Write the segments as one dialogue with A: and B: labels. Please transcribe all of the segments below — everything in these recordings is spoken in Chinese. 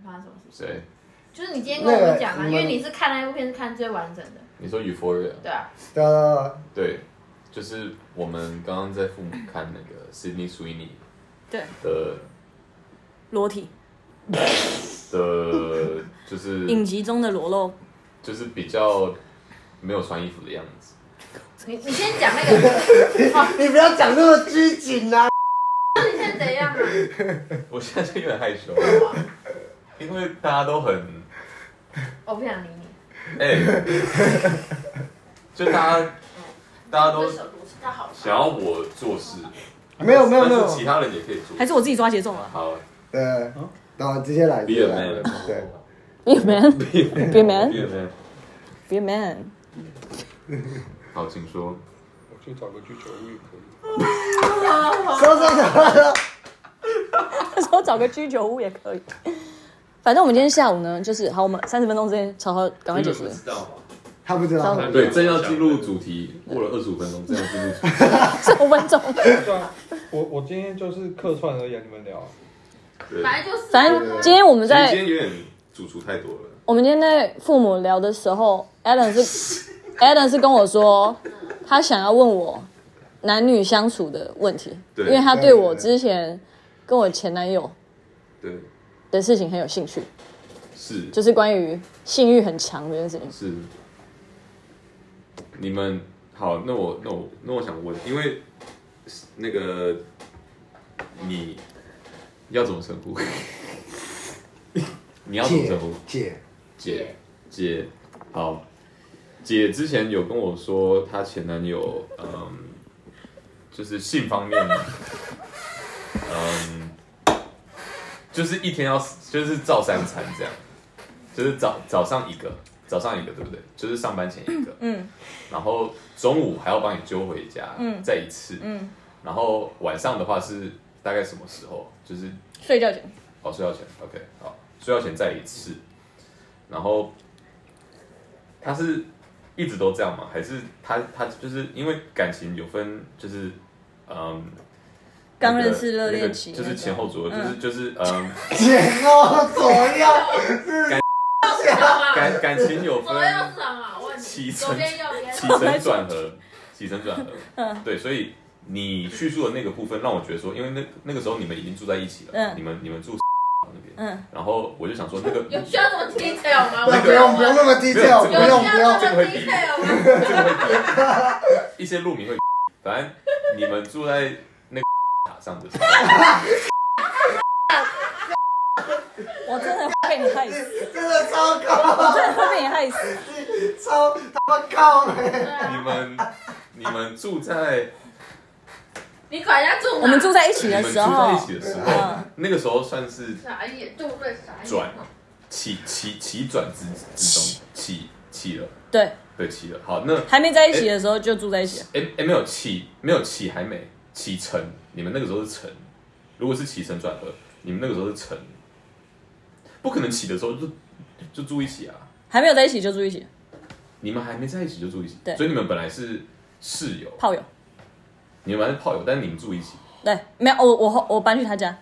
A: 生什么事情？
B: 谁？
A: 就是你今天跟我
C: 那
A: 们
C: 个
A: 讲啊，
C: 你
A: 因
C: 们
A: 为你是看那部片是看最完整的，
B: 你说 Euphoria？
A: 对啊，
C: 的
B: 对，就是我们刚刚在父母看那个 Sydney Sweeney
D: 对
B: 的
D: 裸体
B: 的，就是
D: 影集中的裸露，
B: 就是比较没有穿衣服的样子。
A: 你你先讲那个，
C: 你不要讲那么拘谨啊！
A: 那你现在怎样啊？
B: 我现在就有点害羞， 因为大家都很
A: 我不想理你。
B: 哎、 就大家大家都
A: 手不是太好吗
B: 想要我做事，
C: 没有没有没
B: 但是其
C: 有，
B: 他人也可以做。
D: 还是我自己抓节奏了。
B: 好啊
C: 对，然后直接来，
B: ，Be
C: 直接
B: a man，
C: 来对，
D: Be a man, be a man,
B: Be a man。
D: be a man。
B: 好，请说。
E: 我去找个居酒屋也可以。
C: 说说说，
D: 那时候找个居酒屋也可以。反正我们今天下午呢，就是好，我们三十分钟之内超好赶快解决。
E: 道
C: 他不知道，
B: 对，正要进入主题，过了二十五分钟，正要进入主题。
D: 十五分钟，
E: 对啊，我我今天就是客串而已、啊，你们聊啊。
B: 对，
A: 反正就是啊，
D: 反正今天我们
B: 其实
D: 在
B: 今天有点主厨太多了。
D: 我们今天在父母聊的时候，Adam 是 Adam 是跟我说，他想要问我男女相处的问题，因
B: 对
D: 为他对我之前跟我前男友
B: 对，
D: 的事情很有兴趣，
B: 是
D: 就是关于性欲很强这件事情。
B: 是。你们好，那我那我那我想问，因为那个你要怎么称呼？ 你要怎么称
C: 姐
B: 呼？
C: 姐，
B: 姐姐，好，姐之前有跟我说她前男友，嗯，就是性方面， 嗯，就是一天要就是照三餐这样，就是早早上一个，早上一个对不对？就是上班前一个，
D: 嗯，
B: 然后中午还要帮你揪回家，
D: 嗯
B: 再一次，
D: 嗯，
B: 然后晚上的话是大概什么时候？就是
D: 睡觉前，
B: 哦，睡觉前，OK，好，睡觉前再一次。然后他是一直都这样吗？还是他他就是因为感情有分，就是嗯，
D: 刚
B: 那个
D: 认识热
B: 那个
D: 恋期
B: 就是
D: 那种
B: 前后左右，就是就是嗯，
C: 前后左右，
B: 感感情有分
A: 左右 是什么？我问
B: 起
A: 你，
B: 身
A: 左边右边。
B: 起承转合，起承转合，
D: 嗯
B: 对，所以你叙述的那个部分让我觉得说，因为那那个时候你们已经住在一起了，
D: 嗯
B: 你们你们住那边，
D: 嗯，
B: 然后我就想说那个
A: 有需要这么 detail 吗？
C: 那
A: 我
C: 不用不用那么低调，
A: 有
C: 不
A: 需要
C: 用不用，
A: 这么 detail 吗？
B: 一些路名会， 反正你们住在那个 塔上的时候，
D: 我真的会被你害死，
C: 真的超高，
D: 真的会被你害死。
C: 超他妈哎高嘞！
B: 你们你们住在
A: 你管人家住哪？
D: 我们住在一起
B: 你
D: 的
B: 们
D: 时
B: 住在
D: 候嗯
B: 一，起的时候，嗯那个时候算是
A: 傻眼，住在傻眼。
B: 转起起起转之之中起起了，
D: 对，
B: 对起了。好，那
D: 还没在一起的时候就住在一起了。
B: 哎哎没有起没有起还没起承，你们那个时候是承，如果是起承转合，你们那个时候是承，不可能起的时候就就住一起啊。
D: 还没有在一起就住一起，
B: 你们还没在一起就住一起，
D: 对
B: 所以你们本来是室友，
D: 炮友。
B: 你们还是炮友，但是你们住一起，
D: 对，没有我我后我搬去他家，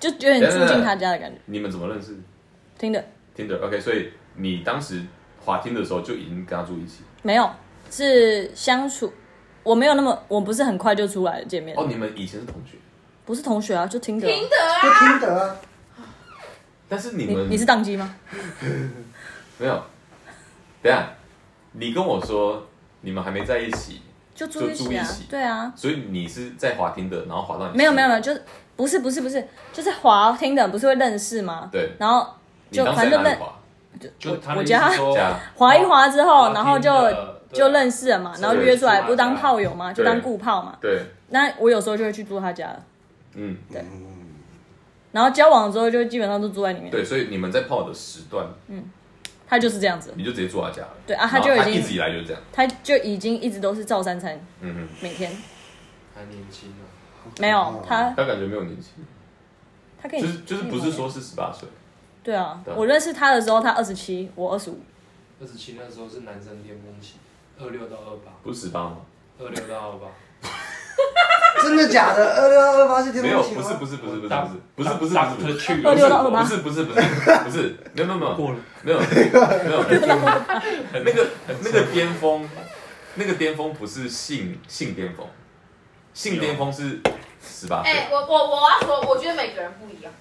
D: 就有点住进他家的感觉。
B: 你们怎么认识
D: 听的
B: Tinder？OK，、所以你当时滑 Tinder 的时候就已经跟他住一起，
D: 没有，是相处，我没有那么，我不是很快就出来见面，
B: 哦，你们以前是同学，
D: 不是同学啊，就听的。
A: 听得
C: 就
A: 啊，
C: 听得，
B: 但是你
D: 你
B: 们
D: 你是宕机吗？
B: 没有，等一下你跟我说你们还没在一起，
D: 就住一起啊
B: 就住一起，
D: 对啊，
B: 所以你是在滑 Tinder，然后滑到你
D: 没有没有没有，
B: 室友，
D: 就是不是不是不是，就是滑听的不是会认识吗？
B: 对
D: 然后就
B: 你当
D: 反
B: 时在
D: 正哦
B: 哪
D: 认
B: 里滑？
F: 就他
D: 我
F: 的意
D: 家
F: 思是说
B: 家
D: 滑一滑之后，然后就
F: 滑听的对
D: 就认识了嘛，然后约出来
F: 对
D: 不当炮友嘛，就
B: 对
D: 当顾炮嘛。
B: 对，
D: 那我有时候就会去住他家了，
B: 嗯，
D: 然后交往之后就基本上都住在里面。
B: 对，所以你们在泡的时段，
D: 他就是这样子，
B: 你就直接住他家了，
D: 对啊他
B: 然后
D: 就已
B: 他
D: 经
B: 一直以来就是这样，
D: 他就已经一直都是照三餐，
B: 嗯哼，
D: 每天
F: 还年轻啊，
D: 没
C: 哦
D: 有他，
B: 他感觉没有年轻，
D: 他可以
B: 就是就是不是说是十八岁。
D: 对啊
B: 对，
D: 我认识他的时候他二十七，我二十五，
F: 二十七那时候是男生巅峰期，二六到二八，
B: 不是十八吗？
F: 二六到二八，
C: 真的假的？二六二八是天
B: 没
C: 龙
B: 有，
C: 七
B: 不
C: 吗
B: 是不是不是不是
F: 打
B: 不是不是不是
F: 打
B: 不是
F: 打 去
D: 二六到二八
B: 不是不是不是不是没有没有没有
E: 过了，
B: 没有没有没有那个那个巅峰，那个巅峰不是性性巅峰，性巅峰是十八岁
A: 哎、，我我我要说，我觉得每个人不一样，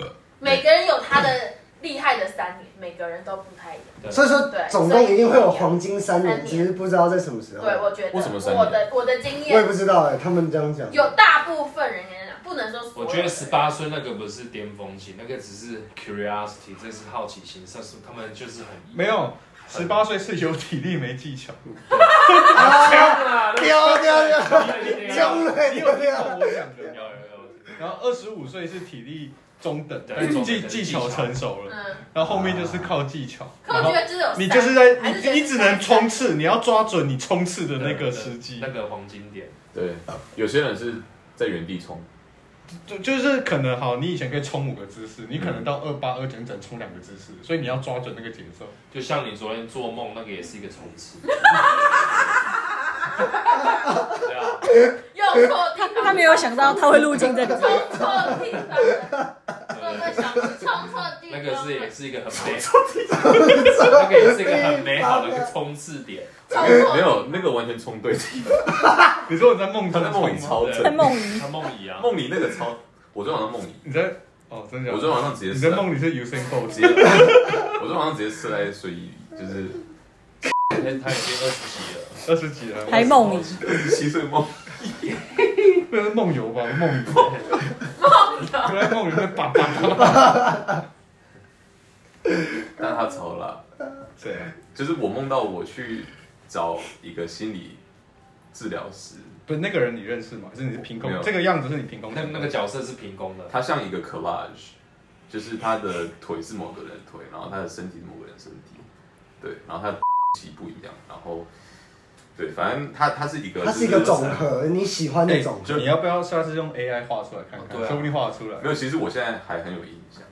B: 呃
A: 每个人有他的厉害的三年，每个人都不太一样。
C: 所以说
A: 对
C: 总共一定会有黄金三年，只是不知道在什么时候。
A: 对，我觉得
B: 为什么三年
A: 我的我的经
C: 我也
A: 验
C: 不知道哎、他们这样讲。
A: 有大部分人也讲，不能说所
F: 我
A: 有
F: 觉得
A: 人
F: 十八岁那个不是巅峰期，那个只是 curiosity，这是好奇心，算是他们就是很
E: 没有，十八岁是有体力没技巧，
C: 啊，
F: 啊，
C: 丢丢丢，中
F: 有
C: 了
E: 你
B: 啊
C: 丢
E: 有听
C: 掉
E: 懂我讲
C: 了。
F: 有
E: 的？
F: 有，
E: 然后二十五岁是体力中等，
F: 对
E: 但
F: 中等
E: 技
F: 但是
E: 技巧
F: 技巧
E: 成熟了，
A: 嗯，
E: 然后后面就是靠技巧，
A: 可
E: 然
A: 我
E: 后
A: 觉得只有
E: 你
A: 三
E: 就是在
A: 还是觉
E: 你
A: 得
E: 你只能
A: 三
E: 冲刺，你要抓准你冲刺的那个时机
F: 那，个黄金点，
B: 对，有些人是在原地冲，
E: 就就是可能好，你以前可以冲五个姿势，你可
F: 嗯
E: 能到二八二九你只能冲两个姿势，所以你要抓准那个节奏。
F: 就像你昨天做梦那个也是一个冲 刺，啊对啊，
A: 又错地
D: 他
B: 啊
A: 方，
D: 他没有想到他会路径这里，
A: 冲错地方了，做
F: 对
A: 个小时冲错地
F: 那
A: 方
F: 个是也
A: 了，
F: 是一个很 美，那个也是一个很美好的一个冲刺点，
A: 冲错
B: 没有那个完全冲对地方，
E: 你说你在梦
B: 他
E: 中
B: 在梦里
E: 冲吗？
B: 超
D: 在
B: 正，
D: 梦 啊里。
F: 像梦一样，
B: 梦里那个超，我昨天晚上梦里，
E: 你在哦，真的假的
B: 我昨天晚上直接
E: 你
B: 射
E: 在，梦里是 Usain Bolt
B: 直接，我昨天晚上直接射在睡衣里，就是
F: 他他已经二十几了。
E: 二十几了，
D: 还梦里，
B: 二十七岁梦，
E: 那是梦游吧？梦游，梦游，我在梦里面叭叭叭。
B: 但他超辣，
E: 对啊，
B: 就是我梦到我去找一个心理治疗师，
E: 不是那个人你认识吗？还是你是凭
B: 没有
E: 空？这个样子是你凭空
F: 啊那
E: 想
F: 那
E: 的？
F: 个角色是平攻的，
B: 他像一个 collage，就是他的腿是某个人的腿，然后他的身体是某个人的身体，对，然后他的 体不一样，然后对，反正他他是一个，
C: 它是一个
B: 就
C: 总和，你喜欢的总
B: 哎
C: 和。
E: 就你要不要下次用 AI 画出来看看？
F: 对啊
E: 说不定画得出来。
B: 哦没有，其实我现在还很有印象。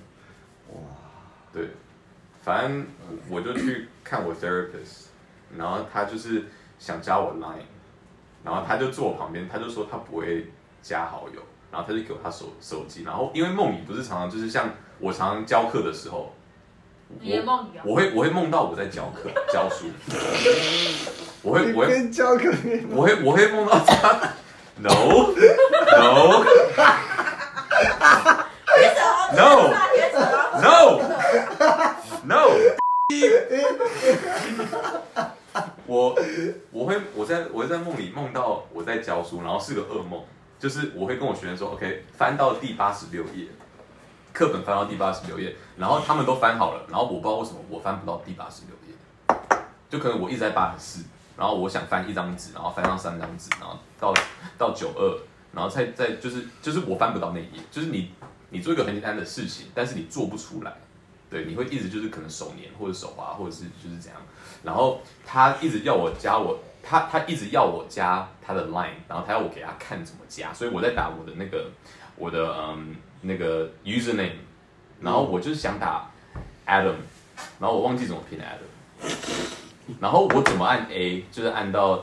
B: 对，反正我我就去看我 therapist，然后他就是想加我 line，然后他就坐我旁边，他就说他不会加好友，然后他就给我他手手机，然后因为梦里不是常常就是像我常常教课的时候，
A: 你也梦游，
B: 我会我会梦到我在教课教书，我会我会
C: 跟教个
B: 我会我会梦到他 ，no no
A: 为什么
B: No
A: 为什么
B: no no，我我会我在我会在梦里梦到我在教书，然后是个噩梦，就是我会跟我学生说，OK，翻到第八十六页，课本翻到第八十六页，然后他们都翻好了，然后我不知道为什么我翻不到第八十六页，就可能我一直在八十四，然后我想翻一张纸，然后翻到三张纸，然后到到九二，然后再再就是就是我翻不到那一页，就是你你做一个很简单的事情，但是你做不出来，对，你会一直就是可能手黏或者手滑，或者是就是怎样。然后他一直要我加我，他他一直要我加他的 line，然后他要我给他看怎么加，所以我在打我的那个我的嗯那个 username，然后我就是想打 Adam，然后我忘记怎么拼 Adam，然后我怎么按 A，就是按到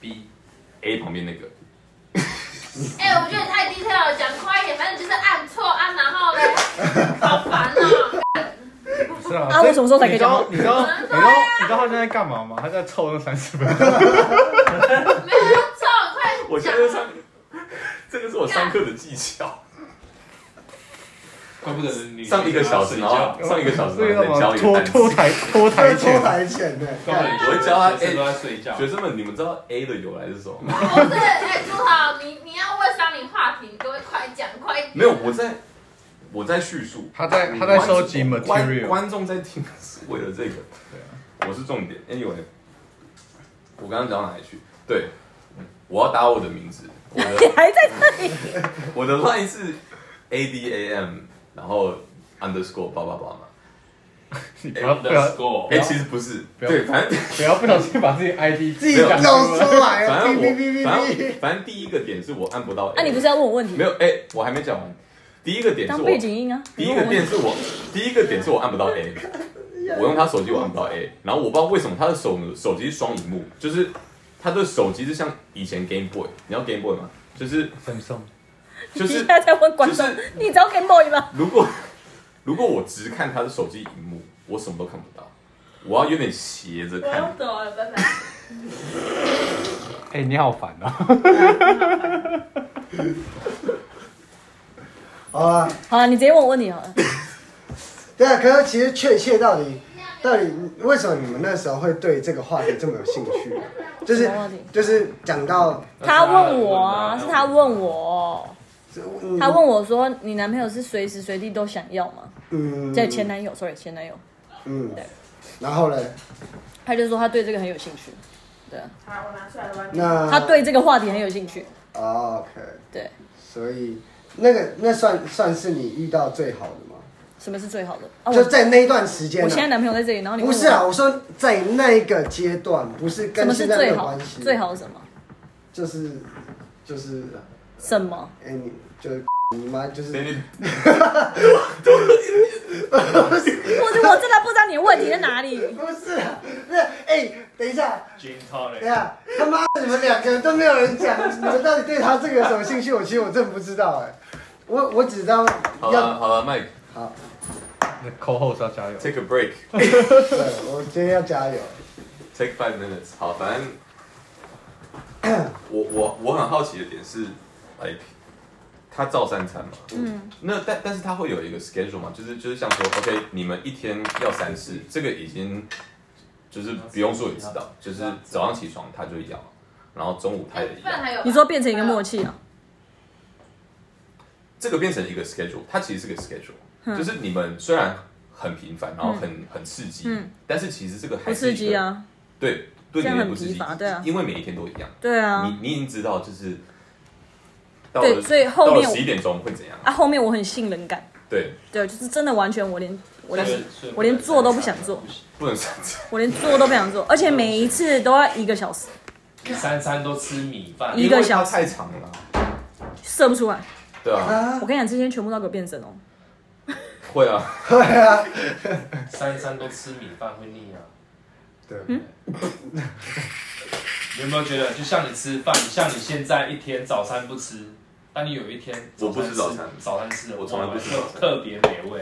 B: B A 旁边那个，
A: 哎、我觉得你太 detail 了，讲快一点，反正就是按错按，然后嘞，好烦哦、
E: 是啊
D: 啊我什么时候才可以讲话
E: 你知道你知道你知道你知道他现在干嘛吗？他在凑那三十分钟。
A: 没有要错，快点
B: 我现在上，这个是我上课的技巧。
F: 怪不得你
B: 上一个小时，
F: 睡
B: 然后
F: 觉，
B: 上一个小时，
E: 这个
B: 然
E: 干
B: 后再
E: 嘛
B: 教一
E: 拖
B: 个单
E: 拖
B: 词。
E: 台拖台
C: 拖
E: 前，
C: 台前呢、
F: 根本
B: 我会教他哎
F: 学生都在睡觉，
B: 学生们，你们知道 A 的由来是什么吗？
A: 讲，不是，哎、朱豪，你你要问桑尼话题，你各位快讲快点，
B: 没有，我在我在叙述，
E: 他在他在收集
B: 观
E: material
B: 观众在听是为了这个，我是重点。Anyway，我刚刚讲到哪里去？对，我要打我的名字，我
D: 你
B: 的
D: 还在这里，
B: 我的 line 是 A D A M，然后 underscore 八八八嘛。
E: 你不要不要
F: underscore，
B: 哎，其实不是，
E: 不要
B: 对，反正。
E: 不要不小心把自己 ID 自
C: 自己
B: 没有
C: 讲出
B: 反
C: 来了，
B: 正
C: 哎哔
B: 我，
C: 哔哔
B: 反正
C: 哔哔。
B: 反正第一个点是我按不到 A。
D: 那啊你不是要问我问题
B: 没？有，哎、我还没讲完。第一个点是
D: 当
B: 我，
D: 背景音啊。
B: 第一
D: 你问
B: 个
D: 我问
B: 点
D: 题
B: 是我，第一个点是我按不到 A，我用他手机我按不到 A，然后我不知道为什么他的手手机是双荧幕，就是他的手机是像以前 Game Boy，你知道 Game Boy 吗？就是
G: 很送。
B: 就
D: 你
B: 是
D: 现在在问观众
B: 就，
D: 你找给 boy 吗？
B: 如果如果我只看他的手机荧幕，我什么都看不到，我要有点斜着
A: 我要
B: 看。
A: 走了，拜拜。
G: 哎、你好烦啊！
C: 好啊，
D: 好啊，你直接问我问你好了。
C: 对啊，可是其实确切到底到底为什么你们那时候会对这个话题这么有兴趣？啊就是
D: 什么话题
C: 就是讲到
D: 他问我啊，是他问我，他问我说：“你男朋友是随时随地都想要吗
C: 嗯？”
D: 这前男友，sorry，前男友，
C: 嗯，然后嘞，
D: 他就说他对这个很有兴趣，对啊，
A: 好啦，我拿出来了，外面。
C: 那
D: 他对这个话题很有兴趣，
C: 哦 OK，
D: 对，
C: 所以那个那算算是你遇到最好的吗？
D: 什么是最好的？啊，
C: 就
D: 我
C: 在那一段时间、啊，
D: 我现在男朋友在这里，然后你问
C: 不
D: 我
C: 是啊，我说在那一个阶段，不是
D: 什
C: 跟
D: 么是
C: 现在没
D: 最
C: 有
D: 好
C: 关？系，
D: 最好是什么？
C: 就是就是
D: 什么？
C: 哎、你就是你妈就是
B: 等你
D: 我我真的不知道你的问题在哪里。
C: 不是啊，不是哎、等一下，
F: Gin
C: 等
F: tonic
C: 一下，他妈的你们两个都没有人讲，你们到底对他这个有什么兴趣？我其实我真的不知道哎、我我只知道
B: 好
C: 要
B: 了好啊了，Mike
G: 那扣后是要加油。
B: take a break。
C: 对，我觉得要加油。
B: Take five minutes。好，反正我我我很好奇的点是，like 他照三餐嘛，嗯，那但但是他会有一个 schedule 嘛，就是就是像说，OK，你们一天要三次，这个已经就是不用说也知道，就是早上起床他就要，然后中午他也
A: 饭还有
B: 要，
A: 吧。
D: 你说变成一个默契啊？
B: 这个变成一个 schedule，它其实是个
D: 嗯
B: schedule，就是你们虽然很频繁，然后很很刺激
D: 嗯，
B: 但是其实这个还
D: 不
B: 是
D: 刺
B: 一
D: 激
B: 个，
D: 啊？
B: 对对，
D: 这样
B: 你们
D: 很
B: 不刺
D: 疲
B: 激
D: 乏对啊
B: 因为每一天都一样。
D: 对啊
B: 你，你已经知道就是到
D: 对
B: 了
D: 所以后面我
B: 到了十一点钟会怎样？
D: 啊后面我很信任感，
B: 对，
D: 对，就是真的完全我连我
F: 但
D: 连
F: 是所以
D: 我连做都不想做，
B: 不能上车。
D: 我连做都不想做，而且每一次都要一个小时，
F: 你三餐都吃米饭，
D: 一个小
B: 因为
D: 时
B: 它太长了啦。
D: 射不出来。
B: 对啊，
D: 我跟你讲，这些全部都要给我变身哦。
B: 会啊，
C: 对啊，
F: 三餐都吃米饭会腻啊。
C: 对，
F: 你有没有觉得，就像你吃饭，像你现在一天早餐不吃，但你有一天
B: 我不吃早餐
F: 吃早餐吃了，
B: 我从来不吃早餐嗯
F: 特别美味，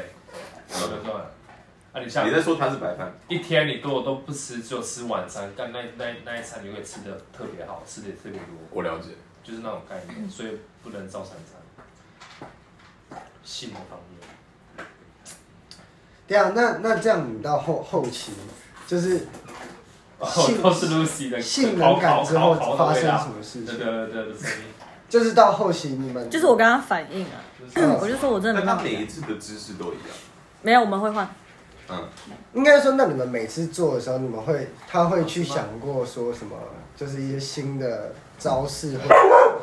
F: 有没有看？啊，你像
B: 你在说它是白饭？
F: 一天你多都不吃，只有吃晚餐，但那那那一餐你会吃的特别好，吃的也特别多，
B: 我了解。
F: 就是那种概念，所以不能照三餐。性的方面，
C: 对啊，那那这样你到后后期就是
F: 哦
C: 性，
F: 都是 Lucy 的
C: 性
F: 烤
C: 能感之后
F: 烤
C: 发
F: 烤烤的
C: 生
F: 味道
C: 什么事
F: 对
C: 情？
F: 对对对的声音，
C: 就是到后期你们
D: 就是我跟他反应啊，
C: 嗯
B: 哦
D: 我就说我真的
B: 但
D: 没
B: 它
D: 办法
B: 每一次的姿势都一样。
D: 没有，我们会换。
B: 嗯，
C: 应该说，那你们每次做的时候，你们会他会去想过说什么，就是一些新的招式或，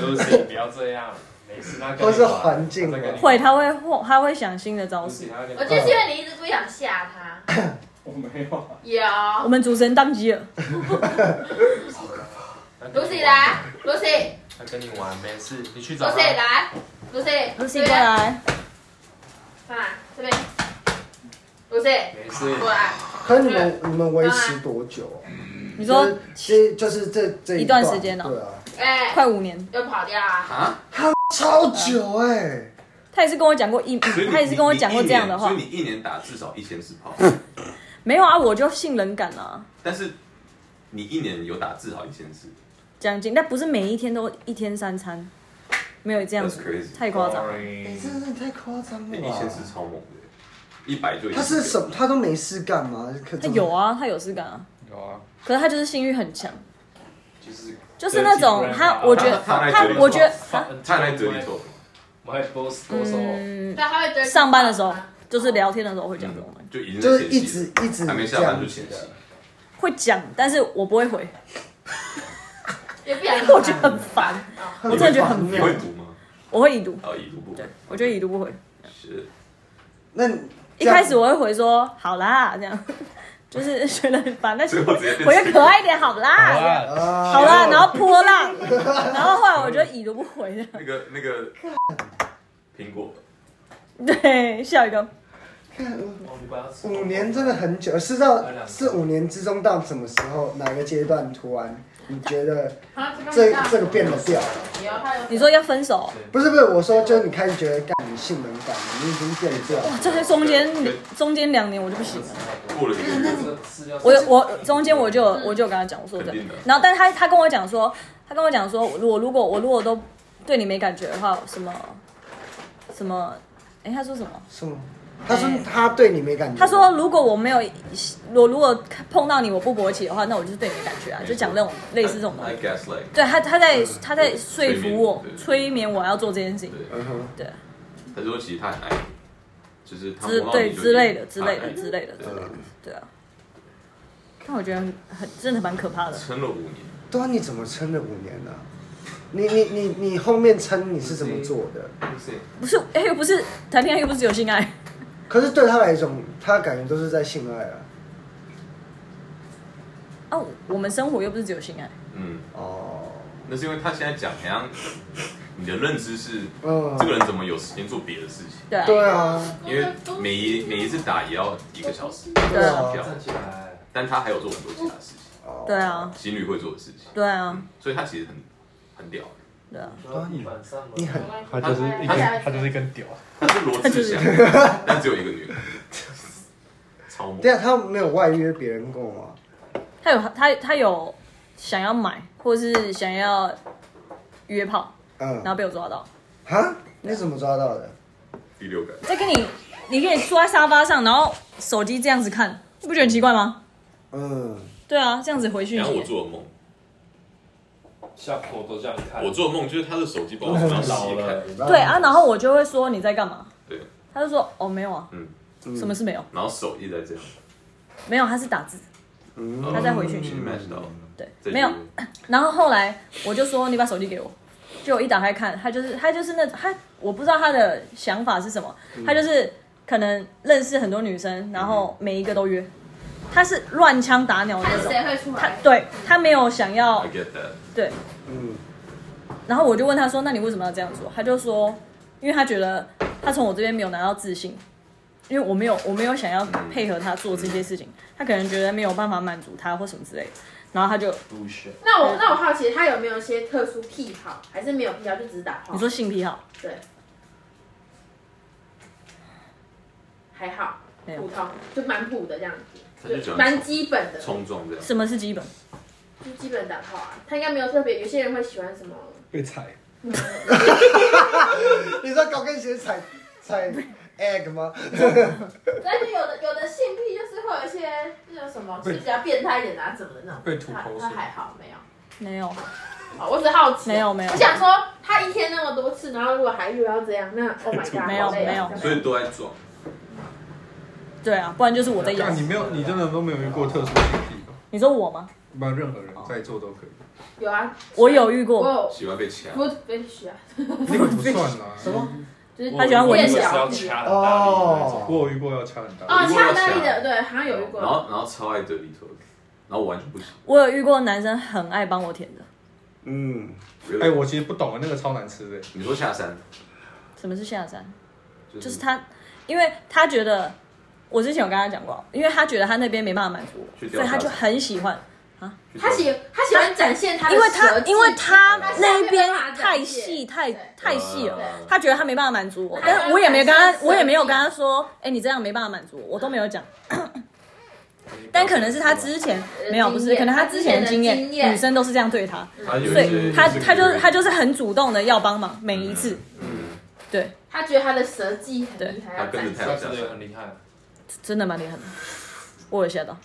F: Lucy 不要这样，没事，那跟你
C: 或是
F: 玩
C: 环境
F: 那跟你玩
D: 会，他会换，他会想新的招式。
F: Lucy，他跟你
A: 我
F: 玩
A: 就是因为你一直不想吓他。我没有。
D: 我
A: 有。
D: 们主持人宕机了，
F: 他跟你玩
A: Lucy 来，Lucy，Lucy
F: 他跟你玩没事，你去找他。
A: 来，Lucy，
D: 露西过，来，
A: 妈妈这边，Lucy
F: 没事，
A: 过来。
C: 可是你们你们维持多久啊？
D: 你说
C: 就是就是这这
D: 一段
C: 段
D: 时间哦
C: 对啊，
A: 哎，
D: 快五年，
A: 又跑掉啊！
B: 啊，
C: 超久哎、
D: 他也是跟我讲过一，
B: 所以你
D: 他也是跟我讲过这样的话
B: 你一，年所以你一年打至少一千次 炮，
D: 没有啊，我就信任感啊，
B: 但是你一年有打至少一千次，
D: 将近，但不是每一天都一天三餐，没有这样
B: That's
D: 子
B: crazy，
D: 太夸张了。
C: 你
F: Boring
C: 真的太夸张
B: 那
C: 了
B: 一
C: 吧
B: 千！次超猛的，一百就已经
C: 他是什么？他都没事干吗？可
D: 他有，啊，他有事感啊，
E: 有啊，
D: 可是他就是性欲很强，
F: 就是
D: 就是那种
F: dirty grandma
D: 他我觉得
B: 他他
D: 他我觉得啊
F: Fuck
B: 他来嘴里做，
F: My boss goes
A: 对，
F: off，
A: 他会对
D: 嗯上班的时候就是聊天的时候会讲这种东西，
B: 就已经在
C: 就是一
B: 前戏
C: 直一直
B: 还没下
C: 这
B: 班
C: 样
B: 就
C: 子
B: 前戏
C: 的。，
D: 会讲，但是我不会回，
A: 也不想理他。
D: 我觉得很烦，我真的觉得很
B: 你
D: 烦
B: 会，读吗？
D: 我会已读，
B: 哦，已读不回
D: 对。我就已读不回。
B: 是。
C: 那你
D: 一开始我会回说好啦，这样， 就是觉得很烦，但是
B: 最后直接变
D: 回个可爱一点好啦，
E: 好
D: 这样
E: 啦，
C: 啊，
D: 好啦，然后波浪，然后后来我就已读不回了，
B: 那个那个苹果，
D: 对，笑一个，
F: 哦你不要吃
C: 五年真的很久，是到
F: 两个
C: 是五年之中到什么时候哪个阶段突然你觉得
A: 啊
C: 这这个变得掉了？
A: 你要他有
D: 你说要分手，
C: 不是不是，我说就是你开始觉得干你性能感，你已经变掉了。
D: 哇，这在中间中间两年我就不行了。
B: 过了一个月
D: 我有我中间我就有我就有跟他讲，我说这
B: 肯定的，
D: 然后但他他跟我讲说，他跟我讲说，我如果我如果都对你没感觉的话，什么什么，哎、他说什么？哎
C: 是吗？他说他对你没感觉。
D: 他说如果我没有我如果碰到你我不勃起的话，那我就是对你没感觉啊，就讲那种类似这种东
B: ，I
D: 西。
B: guess like
D: 对他他在他在说
B: 哎催
D: 服
B: 眠
D: 我
B: 对
D: 催眠我要做这件事情，
B: 对，
C: 嗯哼，
D: 对
B: 他说其实他很爱你，就是他
D: 之
B: 摸到
D: 对
B: 你就
D: 之类的之
B: 他很
D: 类
B: 爱
D: 的
B: 你
D: 之类的之
B: 哎对
D: 类的，对啊。但我觉得很真的蛮可怕的。
B: 撑了五年，
C: 对啊，你怎么撑了五年呢、你你你你后面撑你是怎么做的？
D: 不是，哎、又不是谈恋爱，又不是只有性爱，
C: 可是对他来讲，他感觉都是在性爱啊。
D: 啊，我我们生活又不是只有性爱，
B: 嗯，
C: 哦，
B: 那是因为他现在讲好像你的认知是
C: 嗯
B: 这个人怎么有时间做别的事情，
D: 对啊，
C: 对啊，
B: 因为每一每一次打也要一个小时
D: 对啊，
B: 跳，
F: 起来，
B: 但他还有做很多其他事情，
C: 哦
D: 对，啊，
B: 情侣会做的事情，
D: 对啊，
B: 所以他其实很很屌，
D: 对啊，
C: 你很
G: 他就是一根，他就是一根屌。
B: 他是罗志祥，但只有一个女人，超猛，
C: 对啊，他没有外约别人过吗？
D: 他有啊他他有想要买，或是想要约炮，然
C: 嗯，
D: 后被我抓到。
C: 哈，你怎么抓到的？
B: 第六感，
D: 再跟你，你可以坐在沙发上，然后手机这样子看，你不觉得很奇怪吗？
C: 嗯，
D: 对啊，这样子回讯
B: 然后我
D: 息，
B: 做的梦，
F: 下坡都这样看，
B: 我做的梦就是他的手机把我手上
F: 老
B: 斜
F: 了
B: 看，，
D: 对啊，然后我就会说你在干嘛，
B: 对，
D: 他就说哦没有啊，
B: 嗯
D: 什么是没有？
B: 然后手一直在这样，
D: 没有，他是打字，
C: 嗯，
D: 他在回讯息
B: 去 match 到，
D: 对，
B: 这
D: 没有
B: 就。
D: 然后后来我就说你把手机给我，就我一打开看，他就是他就是那他我不知道他的想法是什么，他就是可能认识很多女生，然后每一个都约，他是乱枪打鸟的
A: 看
D: 那种，
A: 谁会出
D: 他
A: 来。
D: 对他没有想要
B: I get that，
D: 对，
C: 嗯，
D: 然后我就问他说那你为什么要这样做？他就说因为他觉得他从我这边没有拿到自信。因为我没有，我没有想要配合他做这些事情，他可能觉得没有办法满足他或什么之类的，然后他就
A: 那我那我好奇他有没有一些特殊癖好，还是没有癖好就只是打炮？
D: 你说性癖好
A: 对，还好，
D: 没有
A: 普通就蛮普的这样子，
B: 他就喜
A: 就
B: 欢
A: 蛮基本的，
B: 冲撞这样，
D: 什么是基本？
A: 就基本打炮啊。他应该没有特别，有些人会喜欢什么？
G: 被踩，
C: 你说高跟鞋踩踩 egg 吗？
A: 但是有的有的性癖就是会有一些那种什么，是比较变态一点的啊，怎么的那种。
E: 被吐
A: 他
E: 口水
A: 他还好没有。
D: 没有，
A: 好我只好奇，啊
D: 没有没有
A: 我想说，他一天那么多次，然后如果还遇到这样，那 Oh my God，
D: 没有
A: 好累啊
D: 没有
B: 所以都在撞，
D: 对啊，不然就是我在
E: 干
D: 养
E: 你。没有，你真的都没有遇过特殊性癖吧？
D: 你说我吗？
E: 一般任何人在座都可以，
A: 有啊，
D: 我有遇
A: 我
D: 过，
A: 有
B: 喜欢被掐，
A: good fish 啊，
E: 那个不算啊 啦。什么？
A: 就是
D: 他喜欢我
A: 变
D: 一
F: 是
D: 下
A: 小
F: 要
A: 弟
F: 掐很大力的那种，
C: 哦，
E: 我有遇过要掐很大力。
D: 啊
A: 哦，
B: 如果
A: 恰
B: 要
A: 那里
B: 掐
A: 的，对，好像有遇过。
B: 然后然后超爱 dirty talk，然后我完全不行，
D: 我有遇过男生很爱帮我舔的。
C: 嗯，
E: 哎、
B: Really？
E: 我其实不懂啊，那个超难吃的。
B: 你说下山，
D: 什么是下山？
B: 就
D: 就是他，因为他觉得我之前有跟他讲过，因为他觉得他那边没办法满足我，
B: 去
D: 所
B: 钓
D: 以他
B: 虾
D: 就
B: 子
D: 很喜欢，
A: 他喜他喜欢展现他的
D: 因为
A: 舌
D: 他
A: 技
D: 因为他
A: 他下面
D: 那边
A: 没办法展
D: 太
A: 现
D: 细太
A: 对
D: 太细了。
B: 了
D: 他觉得他没办法满足我，
A: 他
D: 但是我也没有跟
A: 他是
D: 他，我也没有跟他说，哎、你这样没办法满足我，我都没有讲。但可能是他之前没有，不
A: 经
D: 是，
A: 验
D: 可能他之前的经
A: 他之前的
D: 验，
A: 经验
D: 女生都是这样对他，
B: 他有一
D: 所
B: 些
D: 以他他就是他就是是很主动的要帮忙，每一次，
B: 嗯，
D: 对，
A: 他觉得他的舌技很厉害，
B: 他
A: 要
B: 跟
A: 展
B: 着
A: 现。
B: 太阳
F: 但
B: 下
F: 真的
B: 山，
F: 很厉害，
D: 真的蛮厉害的，我有吓到，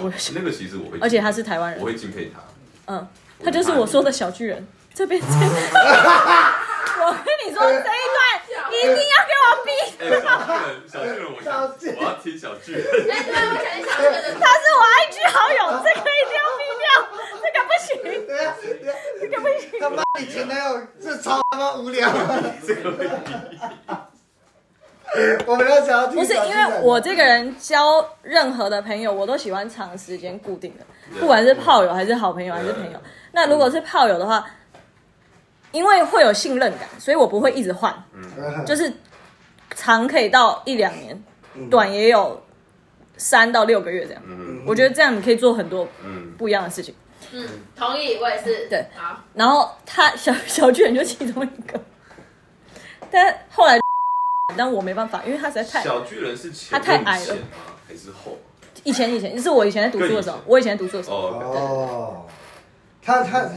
D: 我有吓，
B: 那个其实我会，
D: 而且他是台湾人
B: 我，会敬 佩他，
D: 嗯，他就是我说的小巨人，这边这边， 我跟你说这一段
A: 哎
D: 一定要给我逼，
B: 哎，小巨人，小巨人，我想
C: 小巨人
B: 我要听小巨人，
A: 哎，对，我想一想这个的
D: 他是我 IG 好友，这个一定要逼掉，这个不行。
C: 对啊，对啊，他妈你前男友这超他妈无聊，
B: 这个会比
C: 我们要想要听
D: 不是
C: 小
D: 因
C: 巨
D: 为
C: 人
D: 我这个人交任何的朋友，我都喜欢长时间固定的，不管是炮友还是好朋友还是朋友。那如果是炮友的话，因为会有信任感，所以我不会一直换，就是长可以到一两年，短也有三到六个月这样。
B: 嗯
D: 我觉得这样你可以做很多
B: 嗯，
D: 不一样的事情。
A: 嗯，同意，我也是。
D: 对，
A: 好，
D: 然后他小小巨人就其中一个，但后来， 但我没办法，因为他实在太
B: 小巨人是前
D: 他太矮
B: 面
D: 了
B: 前吗？还是后？
D: 以前以前是我以前在读书的时候，我以前在读书的时候，
B: 哦，
C: 哦，他他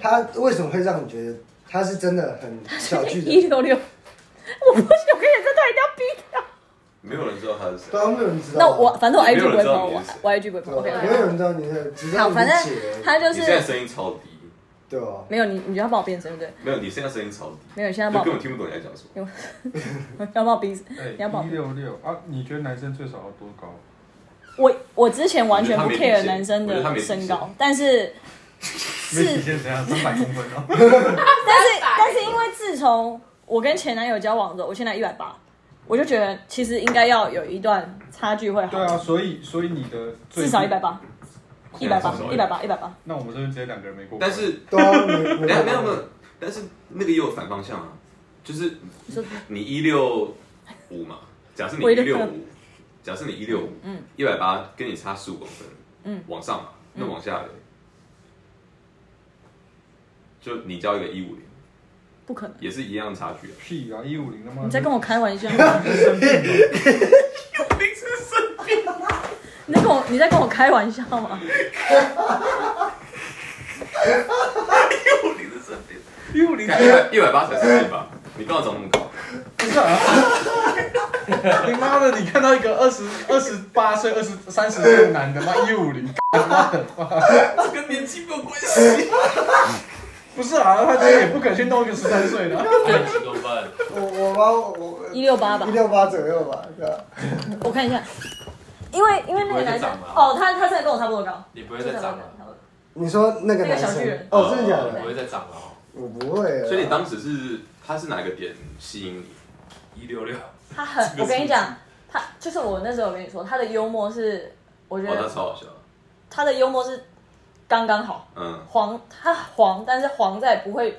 C: 他为什么会让你觉得他是真的很小巨
D: 一
C: 人？
D: 六 六，我不行，我跟你讲，这段一定要逼掉。
B: 没有人知道他是谁
C: 对。啊，没有人知道。
D: 那我反正我
B: 没有
D: IG
B: 人
D: 不会
B: 知道
D: po，
B: 哦你
D: 我
B: 是谁
D: 我 IG 不会 po。
C: 对
D: OK，
C: 啊，没有人知道你的，只知道
D: 好，
C: 你
D: 反正
C: 是姐
D: 他就
B: 你现在
D: 是
B: 声音超低，
C: 对吧？
D: 没有你，你就要帮我变声，对不对？
B: 没有，你现在声音超低，
D: 没有，你现在
B: 就
D: 帮
B: 根本
D: 我，
B: 听不懂你在讲什么。
D: 要帮我逼死。你要保
E: 哎一六六啊？你觉得男生最少要多高？
D: 我我之前完全不
B: 我觉得他没底
D: care
B: 线
D: 男生
B: 我觉得他
D: 的
B: 没底线
D: 身 高，但是
G: 没
D: 是
G: 底线怎样？三百公分哦。
D: 但是但是因为自从我跟前男友交往之后，我现在一百八，我就觉得其实应该要有一段差距会好，
E: 对啊，所以所以你的最
D: 至少一百。八，一百八
B: 至少，180
D: 一百八，一百八。
E: 那我们这边直接两个人没过关。
B: 但是
C: 对啊，没
B: 没有没有没
C: 有
B: 有，但是那个也有反方向啊，就是
D: 你说
B: 你一六五嘛，假设你
D: 我
B: 一
D: 一六
B: 六
D: 六
B: 五，假设你一六五，
D: 嗯，
B: 一百八跟你差十五公分，
D: 嗯，
B: 往上嘛，那
D: 嗯
B: 往下嘞，就你交一个一五零，
D: 不可能，
B: 也是一样差距啊。
E: 屁啊，一五零的吗？
D: 你在跟我开玩笑吗？你在跟我你在跟我开玩笑吗？
B: 一五零是真的， 一五零一百八才是一吧？你干嘛长那么高？
E: 不是啊！ 你妈的，你看到一个二十二十八岁、二十三十岁的男的，妈一五零，
B: 这跟年纪没有关系。
E: 不是啊，他今天也不肯去弄一个十三岁的啊。
F: 太激动了，
C: 我我吧我
D: 一六八吧
C: 一，六八左右吧，对吧？
D: 我看一下，因为因为那个男生
F: 不会再长吗
D: 哦，他他真的跟我差不多高，
F: 你不会再长了，
D: 了。
C: 你说那个男
D: 那个小巨人
C: 生哦，真的假
F: 你不
C: 的？
F: 会再长了哦，
C: 我不会啊。
B: 所以你当时是他是哪个点吸引你？
F: 一六六，
D: 他很，我跟你讲，他就是我那时候我跟你说，他的幽默是，我觉
F: 哦
B: 哇，他
D: 得
B: 超好笑。
D: 他的幽默是刚刚好，
B: 嗯，
D: 黄他黄，但是黄在不会，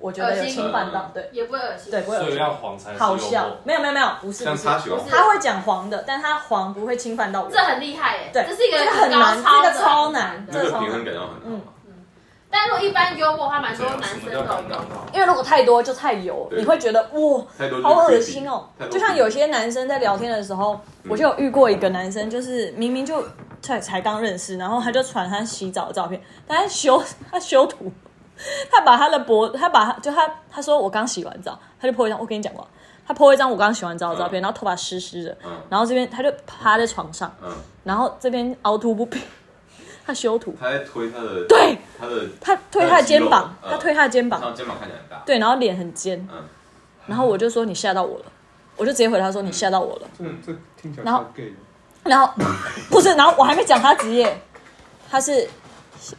D: 我觉得有侵犯
B: 恶
D: 到，对
A: 也不会恶心。
D: 对，不会
F: 所以
D: 有
F: 要黄才是
D: 好
F: 幽
D: 笑
F: 默，。啊
D: 没有没有没有，不是
B: 像
D: 不是，
B: 他喜欢
A: 不是
D: 他会讲黄的，但他黄不会侵犯到我
A: 这。很厉害耶，
D: 对
A: 这是一个
D: 这个很
A: 高
D: 难
A: 超的
D: 这个超难
B: 那个平衡感要很好
D: 嗯
B: 啊。
A: 但如果一般幽默的话，蛮多男
F: 什
A: 生
F: 么
A: 都
F: 叫啊刚
A: 有。
F: 刚好？
D: 因为如果太多就太油，
B: 对
D: 你会觉得哇，
B: 太多
D: 好恶心哦！就像有
B: 些
D: 些男生在聊天的时候，
B: 嗯
D: 我就有遇过一个男生，就是明明就才才刚认识，然后他就传他洗澡的照片，但他修他修图， 他把他的脖，他把他就他他说我刚洗完澡，他就 po 一张，我跟你讲过，他 po 一张我刚洗完澡的照片，然后头发湿湿的，
B: 嗯
D: 然后这边他就趴在床上，
B: 嗯，
D: 然后这边凹凸不平，他修图，
B: 他在推他的
D: 对
B: 他的，
D: 他推他的肩膀，
B: 嗯
D: 他推他的肩
B: 他
D: 膀，
B: 的肩膀看起来很大。
D: 对，然后脸很尖，
B: 嗯，
D: 然后我就说你吓到我了，我就直接回他说你吓到我了。
E: 这这听起来
D: 然
E: 超
D: 后
E: gay 的。
D: 然后不是，然后我还没讲他职业，他是